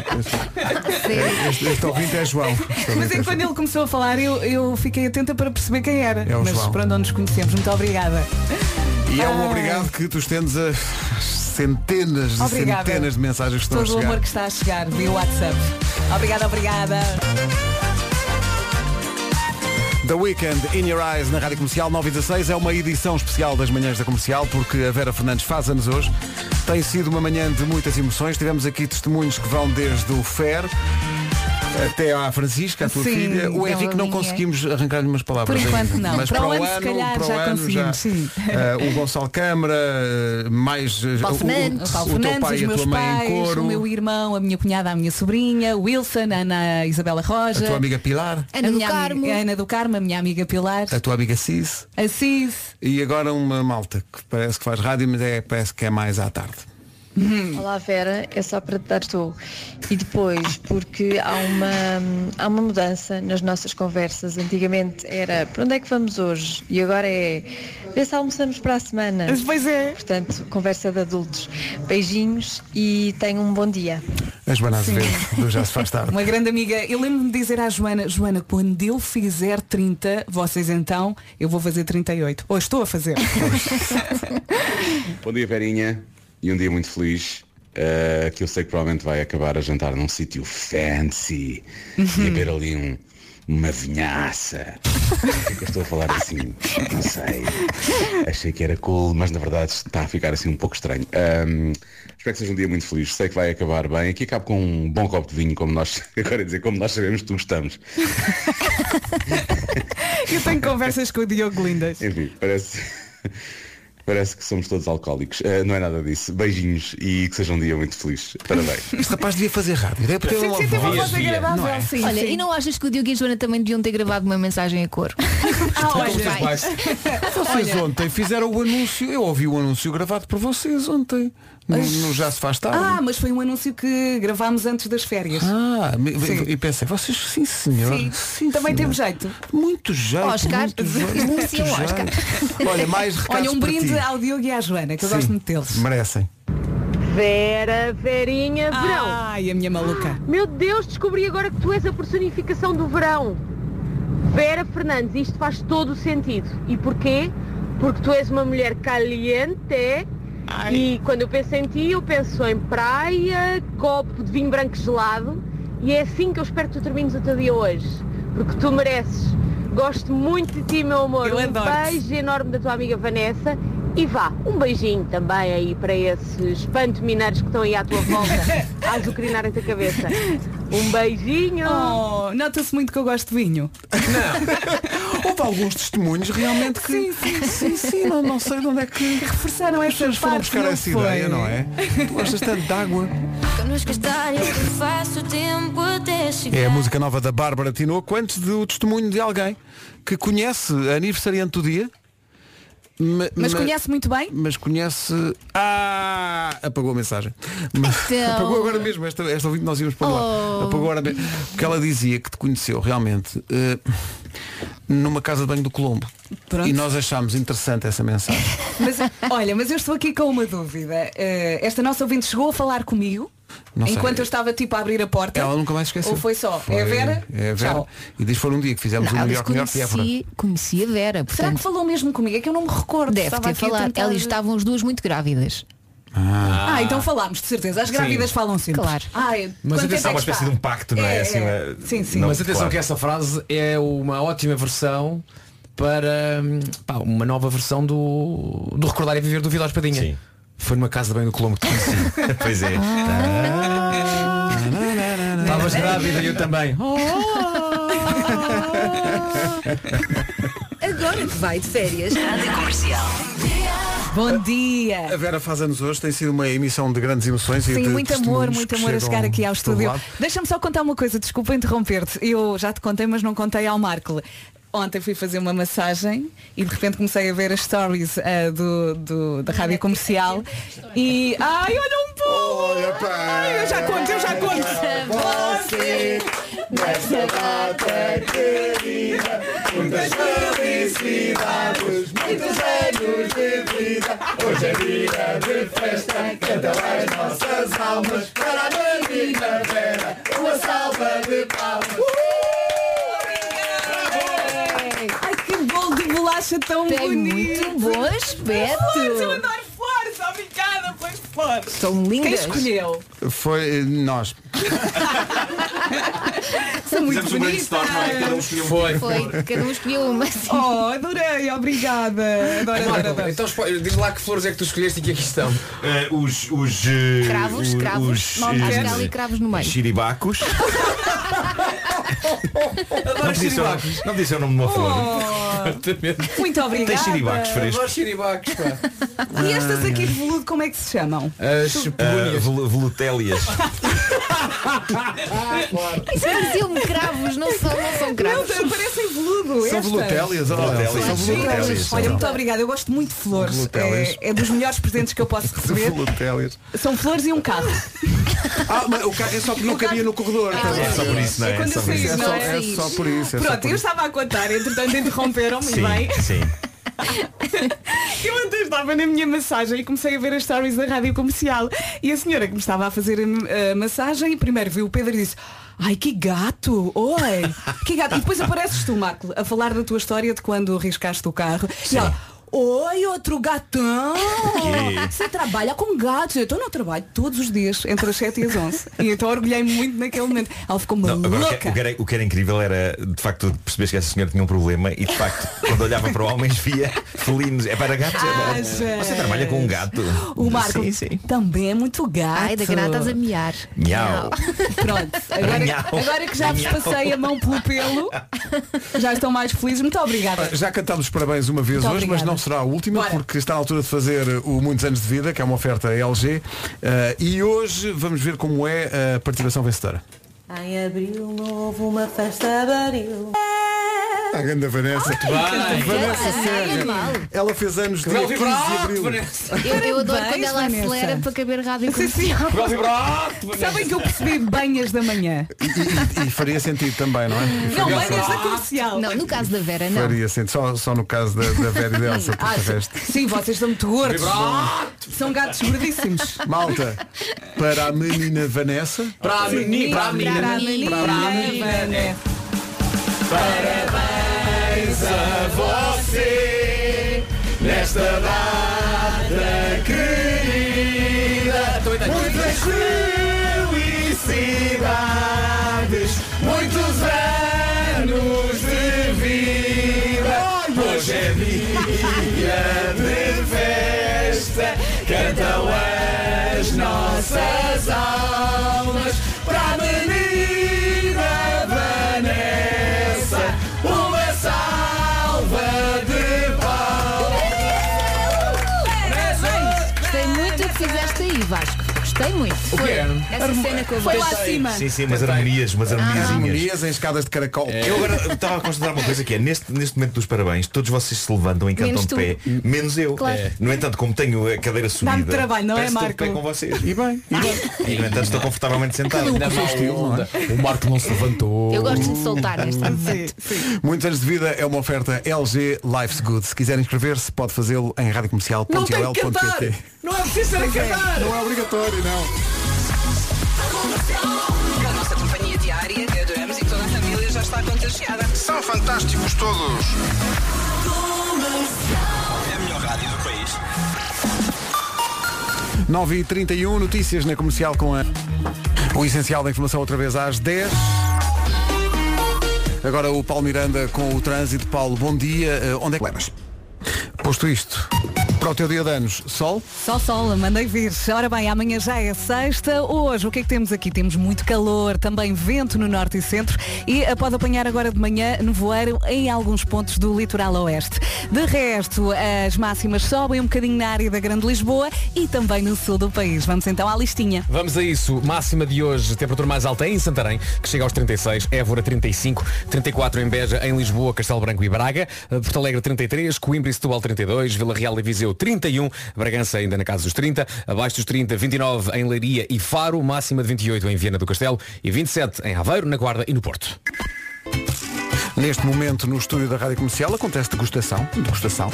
Este, este ouvinte é João. Mas Este ouvinte é é que quando ele começou a falar eu, eu fiquei atenta para perceber quem era. É o Mas João. pronto, não nos conhecemos. Muito obrigada. E é um Ah. obrigado que tu estendes a centenas e Obrigada. centenas de mensagens que estão a Todo o chegar. amor que está a chegar via WhatsApp. Obrigada, obrigada. The Weekend In Your Eyes na Rádio Comercial 9 e 16 é uma edição especial das manhãs da comercial porque a Vera Fernandes faz anos hoje. Tem sido uma manhã de muitas emoções. Tivemos aqui testemunhos que vão desde o Fer até à Francisca, a tua Sim, filha. O então é Henrique não a minha. conseguimos arrancar-lhe umas Por palavras. enquanto ainda. não. Mas para o ano, ano, se calhar para o já ano, conseguimos, sim. Eh, o Gonçalo Câmara, eh, mais eh, Paulo o, o, Fernandes, Paulo o teu Fernandes, pai os e a meus tua mãe em pais, coro, o meu irmão, a minha cunhada, a minha sobrinha, o Wilson, a Ana Isabela a Roja, tua amiga Pilar, a Ana do minha amiga- Carmo. Ana do Carmo, a minha amiga Pilar, a tua amiga Cis. Assis. E agora uma malta que parece que faz rádio, mas é, parece que é mais à tarde. Olá Vera, é só para te dar estou. E depois, porque há uma, há uma mudança nas nossas conversas. Antigamente era para onde é que vamos hoje? E agora é vê se almoçamos para a semana. Pois é. Portanto, conversa de adultos. Beijinhos e tenham um bom dia. As bananas Sim. verdes do Já se faz tarde. Uma grande amiga, eu lembro-me de dizer à Joana, Joana, quando eu fizer 30, vocês então, eu vou fazer 38. Ou estou a fazer. Bom dia, Verinha, e um dia muito feliz, eh, que eu sei que provavelmente vai acabar a jantar num sítio fancy e a ver ali um, uma vinhaça. O que é que eu estou a falar assim? Não sei. Achei que era cool, mas na verdade está a ficar assim um pouco estranho. Ahm, espero que seja um dia muito feliz, sei que vai acabar bem. Aqui acabo com um bom copo de vinho, como nós, agora ia dizer, como nós sabemos que tu gostamos. eu tenho conversas com o Diogo Lindas. Enfim, parece, parece que somos todos alcoólicos. Eh, não é nada disso. Beijinhos e que seja um dia muito feliz. Parabéns. Este rapaz devia fazer rádio. Deve ter Sim, uma sim, tem uma voz. voz agradável, não é? sim. Olha, e não achas que o Diogo e a Joana também deviam ter gravado uma mensagem a cor? Ah, Vocês Olha. ontem fizeram o anúncio, eu ouvi o anúncio gravado por vocês ontem. No, no Já se faz Ah, tarde. mas foi um anúncio que gravámos antes das férias. Tá. Ah, me- Sim. e pensei, vocês sim senhor. Sim, também temos jeito. Muito jeito. Oscar. muito jeito, Isto muito merecia um jeito. Oscar. Olha, mais recados Olha, um para brinde ti. ao Diogo e à Joana, É que eu Sim, gosto muito deles. Merecem. Vera, Verinha, Ai, verão. Ai, a minha maluca. Meu Deus, descobri agora que tu és a personificação do verão. Vera Fernandes, isto faz todo o sentido. E porquê? Porque tu és uma mulher caliente. é? E quando eu penso em ti, eu penso em praia, copo de vinho branco gelado. E é assim que eu espero que tu termines o teu dia hoje. Porque tu mereces. Gosto muito de ti, meu amor. Eu um adoro-te. beijo enorme da tua amiga Vanessa. E vá, um beijinho também aí para esses pantomineiros que estão aí à tua volta, a azucrinarem-te a cabeça. Um beijinho! Oh, nota-se muito que eu gosto de vinho. Houve alguns testemunhos realmente que. Sim, sim, sim, sim, não, não sei de onde é que. Reforçaram As pessoas estas foram partes. buscar não essa foi? ideia, não é? Tu gostas tanto de água. Connosco estar eu que faço tempo até chegar. É a música nova da Bárbara Tinoco, antes do testemunho de alguém que conhece a aniversariante do dia. ma- Mas ma- conhece muito bem? Mas conhece. Ah! Apagou a mensagem. Mas- Então. Apagou agora mesmo. Esta, esta ouvinte nós íamos para Oh. lá. Apagou agora mesmo. Porque ela dizia que te conheceu realmente eh, numa casa de banho do Colombo. Pronto. E nós achámos interessante essa mensagem. Mas, olha, mas eu estou aqui com uma dúvida. Eh, esta nossa ouvinte chegou a falar comigo Não sei. enquanto eu estava tipo a abrir a porta. Ela nunca mais esqueceu. Ou foi só? Foi- é a Vera? É a Vera. Tchau. E diz foi um dia que é fizemos Não, o mas melhor melhor Évora. conheci, conheci a Vera. Portanto, Será que falou mesmo comigo? É que eu não me recordo. Deve Estava ter aqui a falado. tentar- Elas estavam as duas muito grávidas. Ah, então falámos, de certeza. As Sim. grávidas falam sempre. Claro. Ai, Mas quanto tempo atenção, é há uma que espécie está? de um pacto, não é? É, Assim, é. Sim, sim. Mas atenção que essa frase é uma ótima versão para hum, pá, uma nova versão do, do Recordar e Viver do Vidal Espadinha. Foi numa casa de bem do Colombo que te conheci. pois é. Ah, Estavas grávida e Tá, eu também. Oh! Agora que vai de férias, Rádio Comercial. Bom dia! A Vera faz anos hoje, tem sido uma emissão de grandes emoções e Sim, de muito amor, testemunhos muito que amor a chegam chegar aqui ao de todo estúdio. lado. Deixa-me só contar uma coisa, desculpa interromper-te. Eu já te contei, mas não contei ao Marco. Ontem fui fazer uma massagem e de repente comecei a ver as stories ah, do, do- da rádio comercial e. Ai, olha um pouco! Olha Ai, eu já conto, eu já conto! Você, nesta data é querida, muitas felicidades, muitos anos de vida. Hoje é dia de festa, canta as nossas almas para a menina Vera, uma salva de palmas. Ai, que bolo de bolacha tão Tem bonito! muito bom aspecto. Flores, eu adoro flores! Obrigada pelas flores! São Quem lindas. escolheu? Foi eh, nós. São muito Fizemos um bonitas! brainstorm, não é? Cada um escolheu um Foi. Foi, cada um escolheu uma. sim. Oh, adorei, obrigada. Adoro, adoro, adoro. Então espo- diz lá que flores é que tu escolheste e que aqui estão. os. os eh, Cravos, o- cravos. Os, Não, acho eh, que há ali cravos no meio. Chiribacos. não, podia ser, o nome- não podia ser o nome de uma flor. Muito obrigada. Tem chiribacos frescos. chiribacos, E estas aqui de veludo, como é que se chamam? Ah, vel- velutélias. Isso pareciam-me cravos, não são, não são Não, cravos. parecem veludo. São estas. velutélias, olha lá. Velutélias, São são giras. velutélias, Olha, são. muito obrigada. Eu gosto muito de flores. Velutélias. É, é dos melhores presentes que eu posso receber. Velutélias. São flores e um carro. Ah, mas o carro é só porque não cabia no corredor. Ah, tá bem. É só por isso, não é? É quando só eu por saí, isso. É não só- é? é só por isso. é só Pronto, por eu isso. estava a contar, entretanto interromperam-me é? e Sim, bem. sim. Eu ontem estava na minha massagem e comecei a ver as stories da rádio comercial. E a senhora que me estava a fazer hum, a, a massagem, primeiro viu o Pedro e disse. Ai, que gato! Oi! Que gato! E depois apareces tu, Marco, a falar da tua história de quando riscaste o carro. E ela, Oi, outro gatão! é Que? Você trabalha com gatos. Eu estou no trabalho todos os dias, entre as 7 e as 11. E então orgulhei-me muito naquele momento. Ela ficou Não, maluca. agora o que, é- o, que era, o que era incrível era de facto perceberes que essa senhora tinha um problema e de facto quando olhava para homens via felinos. É para gatos. Ah, é para... Você gente. trabalha com um gato. O Marco Sim, sim. também é muito gato. Ai, da grata estás a miar. Miau. Pronto, agora, Miau. agora que já vos Miau. passei a mão pelo pelo, já estão mais felizes. Muito obrigada. Já cantámos parabéns uma vez Muito hoje, mas obrigada. não será a última, porque está na altura de fazer o Muitos Anos de Vida, que é uma oferta LG. eh, e hoje vamos ver como é a participação vencedora. Em abril não houve uma festa de abril. É A Ah, grande Vanessa. Ai, que Vanessa bem. Serra. Ai, animal. Ela fez anos dia Cruel 15 de vibrato, abril. Vanessa. Eu, eu adoro Parabéns, quando ela Vanessa. acelera para caber rádio Sim, sim. comercial. Sabem que eu percebi banhas da manhã. E, e faria sentido também, não é? E Não, faria banhas da sentido. comercial. Não, no caso da Vera, não. Faria sentido. Só, só no caso da, da Vera e da Elsa, Ah, porque o resto. sim, vocês estão muito gordos. Vibrato. São gatos gordíssimos. Malta, para a menina Vanessa. Para a meni- para a menina- Para a menina para a menina Vanessa. Parabéns a você nesta data querida. Muitas felicidades, muitos anos de vida. Hoje é dia de festa, então cantam as nossas almas para a menina Vanessa. Uma salva de palmas. Parabéns. Gostei muito do que fizeste aí, Vasco. Gostei muito. O quê? Essa Harmo- cena com a Foi lá voz. acima. Sim, sim, umas harmonias, umas Ah, harmoniazinhas. Harmonias em escadas de caracol. É. Eu agora estava a considerar uma coisa que é, neste, neste momento dos parabéns, todos vocês se levantam e cantam Menos de tu. pé, menos eu. Claro. É. No entanto, como tenho a cadeira subida, Dá-me trabalho, não é, parece que estou de pé Marco? com vocês. E bem. E no entanto estou confortavelmente sentado. Cada um com o seu estilo, não é? O Marco não se levantou. Eu gosto de soltar neste momento. Muitos anos de vida é uma oferta LG Life's Good. Se quiser inscrever-se, pode fazê-lo em radiocomercial.ol.pt Não é preciso ser a cantar! Não é obrigatório, não. A nossa companhia diária, que adoramos e que toda a família já está contagiada. São fantásticos todos. É a melhor rádio do país. 9h31, notícias na comercial com a. O essencial da informação outra vez às 10. Agora o Paulo Miranda com o trânsito. Paulo, bom dia. Eh, onde é que levas? Posto isto, para o teu dia de anos, sol? Sol, sol, mandei vir. Ora bem, amanhã já é sexta. Hoje, o que é que temos aqui? Temos muito calor, também vento no norte e centro e eh, pode apanhar agora de manhã nevoeiro em alguns pontos do litoral oeste. De resto, as máximas sobem um bocadinho na área da Grande Lisboa e também no sul do país. Vamos então à listinha. Vamos a isso. Máxima de hoje, temperatura mais alta em Santarém, que chega aos 36, Évora 35, 34 em Beja, em Lisboa, Castelo Branco e Braga, eh, Porto Alegre 33, Coimbra e Setúbal 32, Vila Real e Viseu 31, Bragança ainda na casa dos 30, abaixo dos 30, 29 em Leiria e Faro, máxima de 28 em Viana do Castelo e 27 em Aveiro, na Guarda e no Porto. Neste momento, no estúdio da Rádio Comercial, acontece degustação, degustação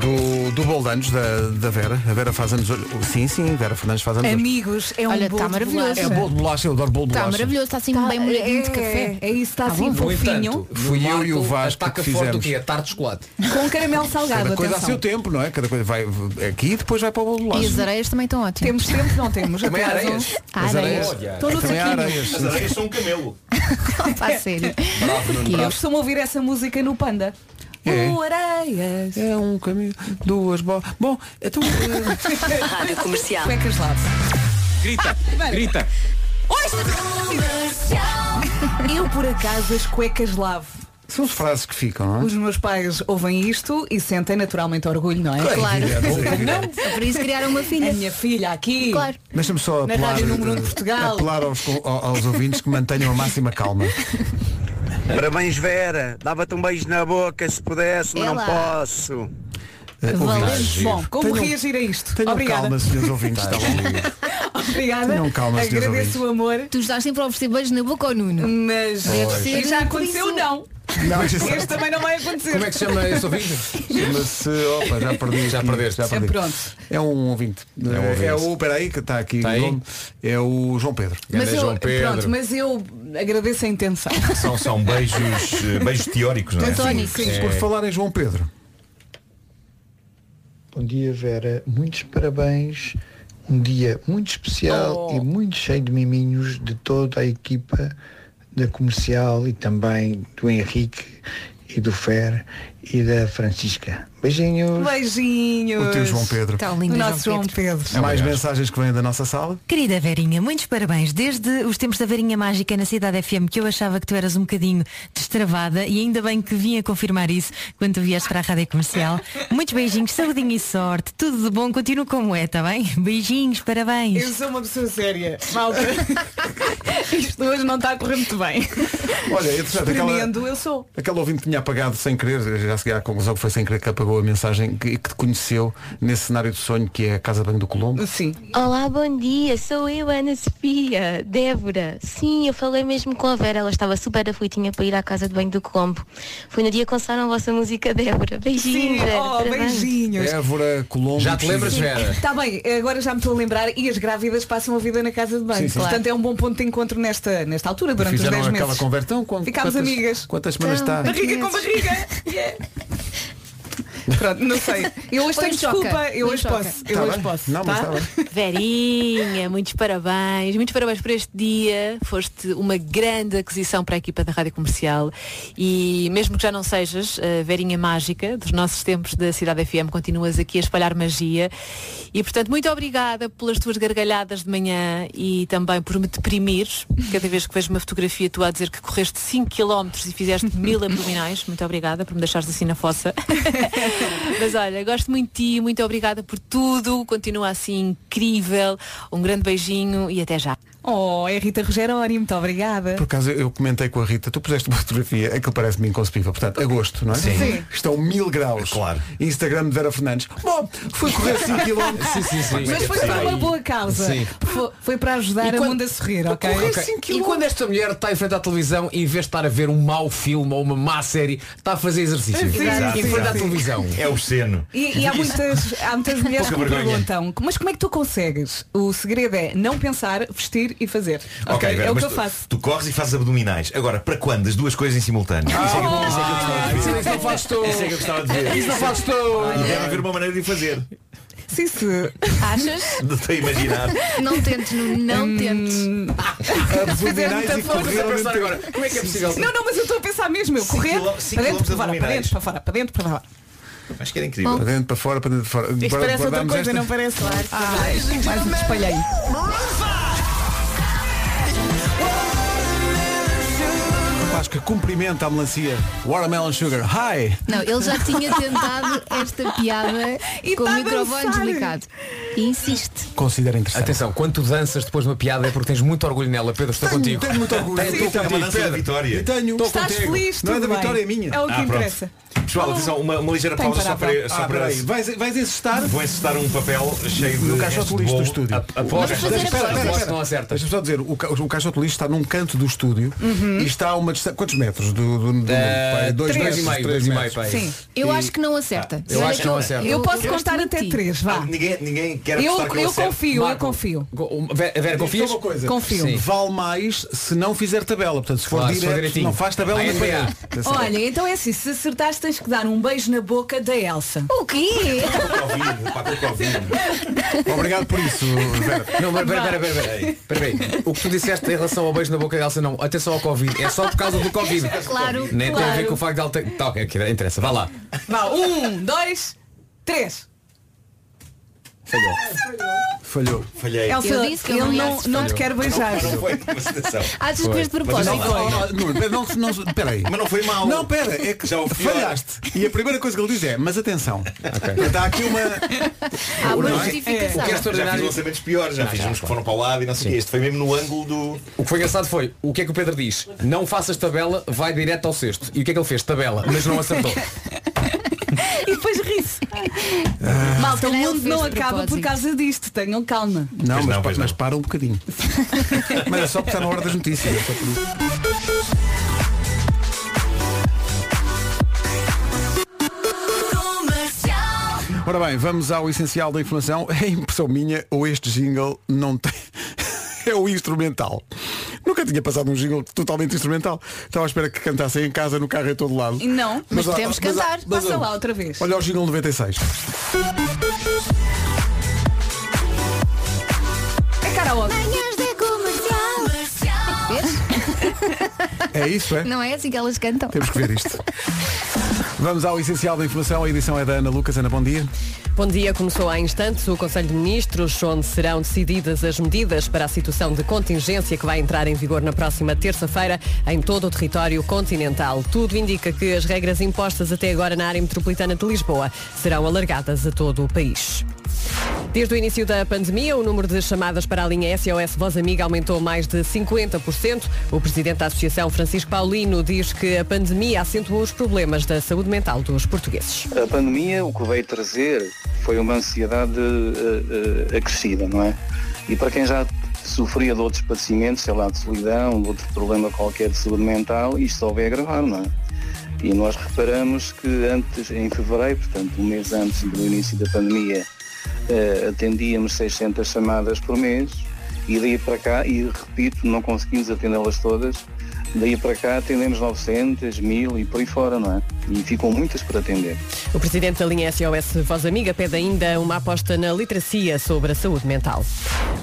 do, do bolo de anos da, da Vera. A Vera faz anos hoje. Sim, sim, Vera Fernandes faz anos hoje. Amigos, é um Olha, bolo tá de maravilhoso. bolacha. É bolo de bolacha, eu adoro bolo de Está bolacha. Tá maravilhoso, está assim Tá, bem molhadinho de é, café. É isso, está assim fofinho. Fui eu e o Vasco ataca que forte fizemos. o quê? A Tarte de chocolate. Com caramelo salgado, Cada coisa a tá, atenção. seu tempo, não é? Cada coisa vai aqui e depois vai para o bolo de E bolacha. as areias também estão ótimas. Temos tempo, não temos. um. Também há até às areias. onze. Há As areias. areias. Estou no Também há saquinho. areias. As areias são um camelo. Opa, a sério. E eu costumo ouvir essa música no Panda. É. O Areias. É um caminho, duas bolas. Bom, então. Ah. eh, Rádio Comercial. Cuecas lá. Grita, grita. Eu por acaso as cuecas lavo. São as frases que ficam, não é? Os meus pais ouvem isto e sentem naturalmente orgulho, não é? Claro. Claro. Não? é Por isso criaram uma filha. A minha filha aqui. Claro. Mas Deixa-me só Na apelar, Rádio Número um de eh, Portugal. apelar aos, co- ao- aos ouvintes que mantenham a máxima calma. eh, Parabéns, Vera. Dava-te um beijo na boca se pudesse, É mas não Ela. posso. Eh, ouvintes. Bom, como Tenham- reagir a isto? Tenham Obrigada. calma, senhores ouvintes. Tá tá bom? Obrigada. Tenham calma, senhores ouvintes. Agradeço o amor. Tu estás sempre a oferecer beijos na boca ao Nuno. Mas Deve Pois. ser já por aconteceu isso. não. Não, Este também não vai acontecer. Como é que se chama esse ouvinte? Chama-se. Opa, já perdi. Já perdeste, já perdi. Pronto. É um ouvinte. É, um ouvinte. é o. Peraí, que está aqui. aí? o nome. É o João Pedro. Mas eu, pronto, mas eu agradeço a intenção. São, são beijos, eh, beijos teóricos, não é? Sim, sim. Por falar em João Pedro. Bom dia, Vera. Muitos parabéns. Um dia muito especial e muito cheio de miminhos de toda a equipa da comercial e também do Henrique e do Fer e da Francisca. Beijinhos. Beijinhos. O teu João Pedro. Tá Tão lindo, o nosso João Pedro. É um Mais mensagens que vêm da nossa sala. Querida Verinha, muitos parabéns. Desde os tempos da Verinha Mágica na Cidade FM, que eu achava que tu eras um bocadinho destravada e ainda bem que vim a confirmar isso quando tu vieste para a Rádio Comercial. Muitos beijinhos, saudinho e sorte. Tudo de bom, continua como é, tá bem? Beijinhos, parabéns. Eu sou uma pessoa séria. É Malta. Isto hoje não está a correr muito bem. Olha, entretanto, aquela- Tremendo, eu sou. Aquele ouvinte tinha apagado sem querer, já cheguei à conclusão que foi sem querer que apagou a mensagem que, que te conheceu nesse cenário de sonho que é a Casa de Banho do Colombo. Sim. Olá, bom dia, sou eu, Ana Sofia, Débora. Sim, eu falei mesmo com a Vera, ela estava super aflitinha para ir à casa de banho do Colombo. Foi no dia que lançaram a vossa música, Débora. Beijinhos, Sim, Vera, oh, parabéns. beijinhos. Évora, Colombo. Já te lembras, Sim. Vera? Está Tá bem, agora já me estou a lembrar e as grávidas passam a vida na casa de banho. Sim, sim. Portanto, é um bom ponto de encontro nesta, nesta altura, durante Fizeram os 10 aquela meses. conversa, então, quant- Ficámos quantas- amigas. quantas semanas Então, está? Barriga com barriga. Yeah. Pronto, não sei. Eu hoje tenho Hoje choca. desculpa, eu Hoje hoje choca. posso. Eu Tá hoje bem. posso. Não, mas tá? tá Verinha, muitos parabéns, muitos parabéns por este dia. Foste uma grande aquisição para a equipa da Rádio Comercial e mesmo que já não sejas a Verinha Mágica dos nossos tempos da Cidade FM, continuas aqui a espalhar magia. E portanto, muito obrigada pelas tuas gargalhadas de manhã e também por me deprimir cada vez que vejo uma fotografia tua a dizer que correste 5 km e fizeste mil abdominais. Muito obrigada por me deixares assim na fossa. Mas olha, gosto muito de ti, muito obrigada por tudo, continua assim incrível, um grande beijinho e até já. Oh, é Rita Rogeroni, muito obrigada. Por acaso eu comentei com a Rita, tu puseste uma fotografia, aquilo parece-me inconcebível, portanto, agosto, não é? Sim. Sim. Estão mil graus. Claro. Instagram de Vera Fernandes. Bom, fui correr 5 km. Sim, sim, sim. Mas foi para uma boa causa. Sim. Foi, foi para ajudar a mundo a sorrir, ok? Ok. E quando esta mulher está em frente à televisão, em vez de estar a ver um mau filme ou uma má série, está a fazer É exercício. Sim, Exato, em sim, frente à sim. televisão. É obsceno. E, e há, muitas, há muitas mulheres que Pouca me vergonha. perguntam Mas como é que tu consegues? O segredo é não pensar, vestir e fazer Ok, Vera, é o mas que eu tu- faço Tu corres e fazes abdominais. Agora, para quando? As duas coisas em simultâneo. Ah, isso é que eu- ah, isso é que eu gostava de isso ver. não fazes tu. Isso é que eu gostava de ver. Isso não fazes tu. E deve é. haver uma maneira de fazer. Sim, É se... Achas? Não estou a imaginar. Não tentes, Nuno, Hum. não tentes. Abdominais e correr ao mesmo agora, como é que é possível? Não, não, mas eu estou a pensar mesmo Eu correr para dentro, para fora, para dentro, para fora, para dentro, para fora Acho que era incrível. Para dentro, para fora, para dentro, para fora. Isto Guarda- parece outra guardámos coisa, esta- não parece? Ai, é mais me espalhei Rapaz que cumprimenta a melancia. Watermelon Sugar. Hi! Não, ele já tinha tentado esta piada com o tá a microfone dançar. desligado. E insiste. Considera interessante. Atenção, quando tu danças depois de uma piada é porque tens muito orgulho nela, Pedro, estou Tenho- contigo. tenho muito orgulho. Estou Sim. contigo, É uma dança da Pedro. vitória. E tenho. Estou Estás contigo. feliz, Não é tudo da bem. vitória, é minha. É o que Ah, pronto. interessa Pessoal, atenção, uma, uma ligeira Tem pausa só para. Ah, Só para peraí, vais, vais insistar? Vou encetar um papel cheio de. No caixote lixo do estúdio. Após Deixa-me só dizer, o, ca o caixote lixo está num canto do estúdio Uhum. e está a uma distância. Quantos metros? Do, do, do, Eh, pai, dois três metros, e meio, três dois e meio, metros. pai. Sim, eu E- acho que não tá. acerta. Eu acho que não acerta. Eu posso gosto contar muito até de ti. três, vá Ah, Ninguém, ninguém quer Eu- apostar que eu acerto. confio, Marco, um. eu confio Go- Vera, Vera, Diz-te confias? uma coisa. Confio. Sim. Vale mais se não fizer tabela. Portanto, se for Claro, se for direto, direitinho. não faz tabela Aí é nenhuma. para lá. Atenção. Olha, então é assim, se acertaste tens que dar um beijo na boca da Elsa. O quê? Obrigado por isso, Vera. Não, mas pera, pera, pera, pera, pera aí. O que tu disseste em relação ao beijo na boca da Elsa, não. Atenção ao Covid. É só por causa do Covid. Claro, Nem tem a ver claro. com o facto de ela ter... Tá, ok, ok, interessa. Vá lá. Vá, um, dois, três. Falhou. Falhou. Falhei. Elsa, Eu disse que eu ele não ia não, não te Falhou. quer beijar Não, não foi, mas atenção. Achas que foi de propósito? Mas não, não, não, Oh, Nuno, não, não, não, peraí. Mas não foi mal. Não, pera, é que Já o pior. falhaste. E a primeira coisa que ele diz é, mas atenção. Tá, Então, Está aqui uma. Há uma Não é? justificação. Já fiz lançamentos piores, já fiz um uns que foram para o lado e não sei o quê. Este foi mesmo no ângulo do. O que foi engraçado foi, o que é que o Pedro diz? Não faças tabela, vai direto ao sexto. E o que é que ele fez? Tabela, mas não acertou. E depois ri-se. Ah. Malta, o mundo não acaba por causa disto. Tenham calma. Não, mas, pa- mas para um bocadinho. mas é só porque está na hora das notícias. é só por isso. Ora bem, vamos ao essencial da informação. É impressão minha ou este jingle não tem. É o instrumental. Nunca tinha passado um jingle totalmente instrumental. Estava à espera que cantassem em casa, no carro, em todo lado. E Não, mas, há- temos que mas há- cantar. mas Passa há- lá outra vez. Olha o jingle 96. É karaoke. Manhãs da comercial. É isso, é? Não é assim que elas cantam? Temos que ver isto. Vamos ao essencial da informação. A edição é da Ana Lucas. Ana, bom dia. Bom dia. Começou há instantes o Conselho de Ministros, onde serão decididas as medidas para a situação de contingência que vai entrar em vigor na próxima terça-feira em todo o território continental. Tudo indica que as regras impostas até agora na área metropolitana de Lisboa serão alargadas a todo o país. Desde o início da pandemia, o número de chamadas para a linha SOS Voz Amiga aumentou mais de 50%. O presidente da Associação, Francisco Paulino, diz que a pandemia acentuou os problemas da saúde mental dos portugueses. A pandemia o que veio trazer foi uma ansiedade uh, uh, acrescida, não é? E para quem já sofria de outros padecimentos, sei lá, de solidão, de outro problema qualquer de saúde mental, isto só veio agravar, não é? E nós reparamos que antes, em fevereiro, portanto, um mês antes do início da pandemia, Uh, atendíamos 600 chamadas por mês e daí para cá, e repito, não conseguimos atendê-las todas, daí para cá atendemos 900, 1000 e por aí fora, não é? E ficam muitas por atender. O presidente da linha SOS Voz Amiga pede ainda uma aposta na literacia sobre a saúde mental.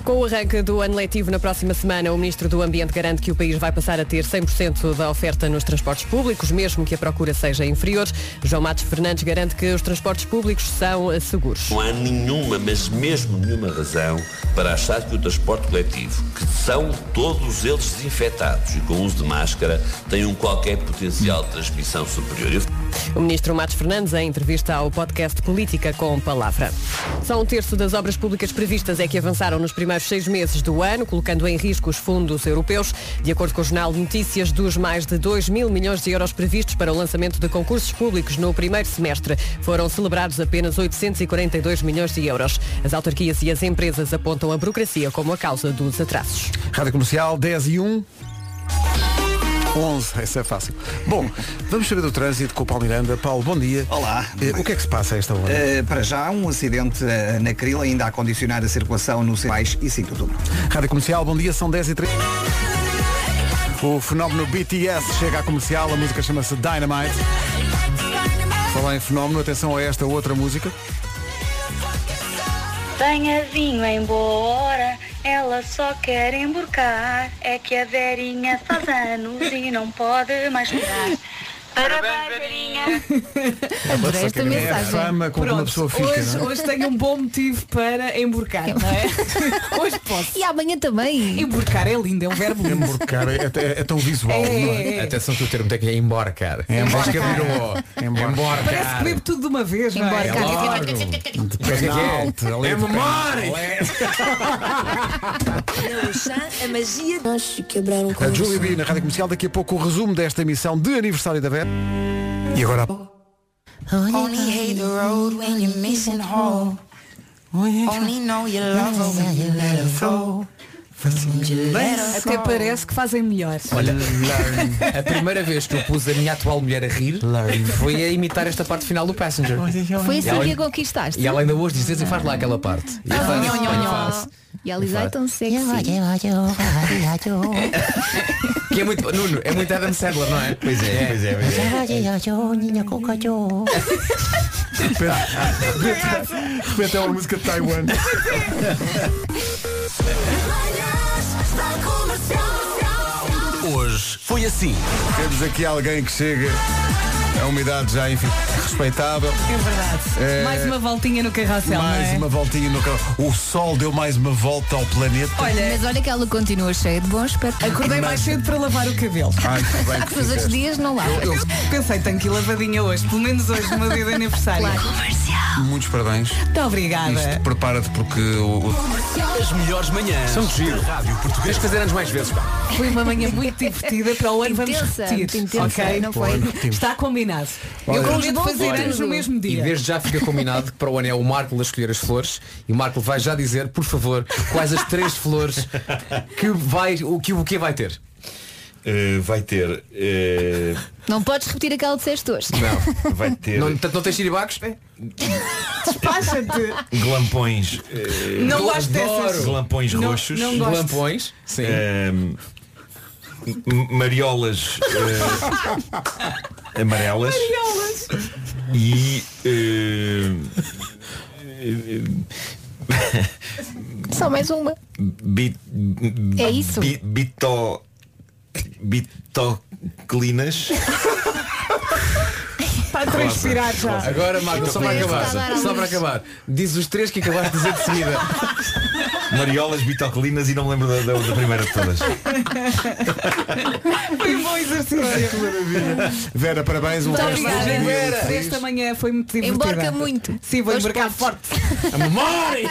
Com o arranque do ano letivo na próxima semana, o ministro do Ambiente garante que o país vai passar a ter 100% da oferta nos transportes públicos, mesmo que a procura seja inferior. João Matos Fernandes garante que os transportes públicos são seguros. Não há nenhuma, mas mesmo nenhuma razão para achar que o transporte coletivo, que são todos eles desinfetados e com uso de máscara, tem um qualquer potencial de transmissão superior. O ministro Matos Fernandes, em entrevista ao podcast Política com Palavra. Só um terço das obras públicas previstas é que avançaram nos primeiros seis meses do ano, colocando em risco os fundos europeus. De acordo com o Jornal de Notícias, dos mais de 2 mil milhões de euros previstos para o lançamento de concursos públicos no primeiro semestre, foram celebrados apenas 842 milhões de euros. As autarquias e as empresas apontam a burocracia como a causa dos atrasos. Rádio Comercial 10 e 1. 11, essa é fácil. Bom, vamos saber do trânsito com o Paulo Miranda. Paulo, bom dia. Olá. Eh, o que é que se passa a esta hora? Eh, para já, um acidente eh, na Crila ainda a condicionar a circulação no Cerais e 5 de outubro. Rádio Comercial, bom dia, são 10 e 3 O fenómeno BTS chega à comercial, a música chama-se Dynamite. Falar em fenómeno, atenção a esta outra música. Venha vinho em boa hora, ela só quer emborcar. É que a Verinha faz anos e não pode mais mudar. Parabéns, Verinha! Adorei esta É a fama com que uma Pronto, pessoa fica, hoje, não é? hoje tenho um bom motivo para emborcar, não é? Hoje posso. E amanhã também. Emborcar é lindo, é um verbo lindo. Emborcar é, é- é tão visual, É, não é, é? é. Atenção que o termo técnico é emborcar. É emborcar. Tens que abrir um O. Emborcar. Parece que bebo tudo de uma vez, não é? Emborcar. É logo. Mas o que é que é? Penalti, ali É de memória. penalti. a magia. Acho que quebraram A Julie B na Rádio Comercial, daqui a pouco o resumo desta emissão de aniversário da Vera. E agora Only hate the road when you're missing home. Only know you love her when you let her go. Até parece que fazem melhor. Olha, a primeira vez que eu pus a minha atual mulher a rir foi a imitar esta parte final do Passenger. Foi E ela- assim que a conquistaste. E ela ainda hoje diz assim, faz lá aquela parte. E eu Ah. faço, nhon, nhon, eu nhon. faço. E a Lisa é tão sexy. Que é muito. Nuno, é muito Adam Sandler, não é? Pois é, pois é, pois De repente é uma música de Taiwan. Hoje foi assim. Temos aqui alguém que chega a uma idade já, enfim, respeitável. É verdade. É. Mais uma voltinha no carrossel, mais não é? uma voltinha no carro. O sol deu mais uma volta ao planeta. Mas olha que ela continua cheia de bom aspecto. Acordei mais cedo para lavar o cabelo. Ai, que bem que Os outros fizeste. dias não lavas. Eu- Pensei, tenho que ir lavadinha hoje, pelo menos hoje, no meu dia de aniversário. Muitos parabéns. Muito obrigada. Isto prepara-te porque o. As melhores manhãs. São giro. Tens de fazer anos mais vezes, pá. Foi uma manhã muito divertida para o ano vamos Intensa, repetir. muito intensa, ok? não foi? Está combinado. Olha, Eu prometo olha, fazer olha, anos no mesmo E dia. desde já fica combinado que para o ano é o Marco a escolher as flores e o Marco vai já dizer, por favor, quais as três flores que, vai, o, que o buquê vai ter. Eh, vai ter. eh, Não podes repetir aquela de sexto hoje. não, vai ter. É. Não, portanto, não tens chiribacos? Despacha-te. Glampões. eh, Não gosto adoro dessas. Glampões Não- roxos. não gosto. Glampões, sim. Ehm, m- m- mariolas eh, amarelas. Mariolas. E. eh, eh, Só mais uma. Bit, É isso? bi- bito, bitoclinas. Está a transpirar já. Agora, Marco, só para acabar. Só para acabar. Diz os três que acabaste de dizer de seguida. Mariolas, bitocolinas e não me lembro da, da- da primeira de todas. Foi um bom exercício. Vera, parabéns. Um Muito resto de obrigada. bom dia. Vera, Esta manhã foi muito divertida. Embarca muito. Sim, vou Dois embarcar forte. A memória!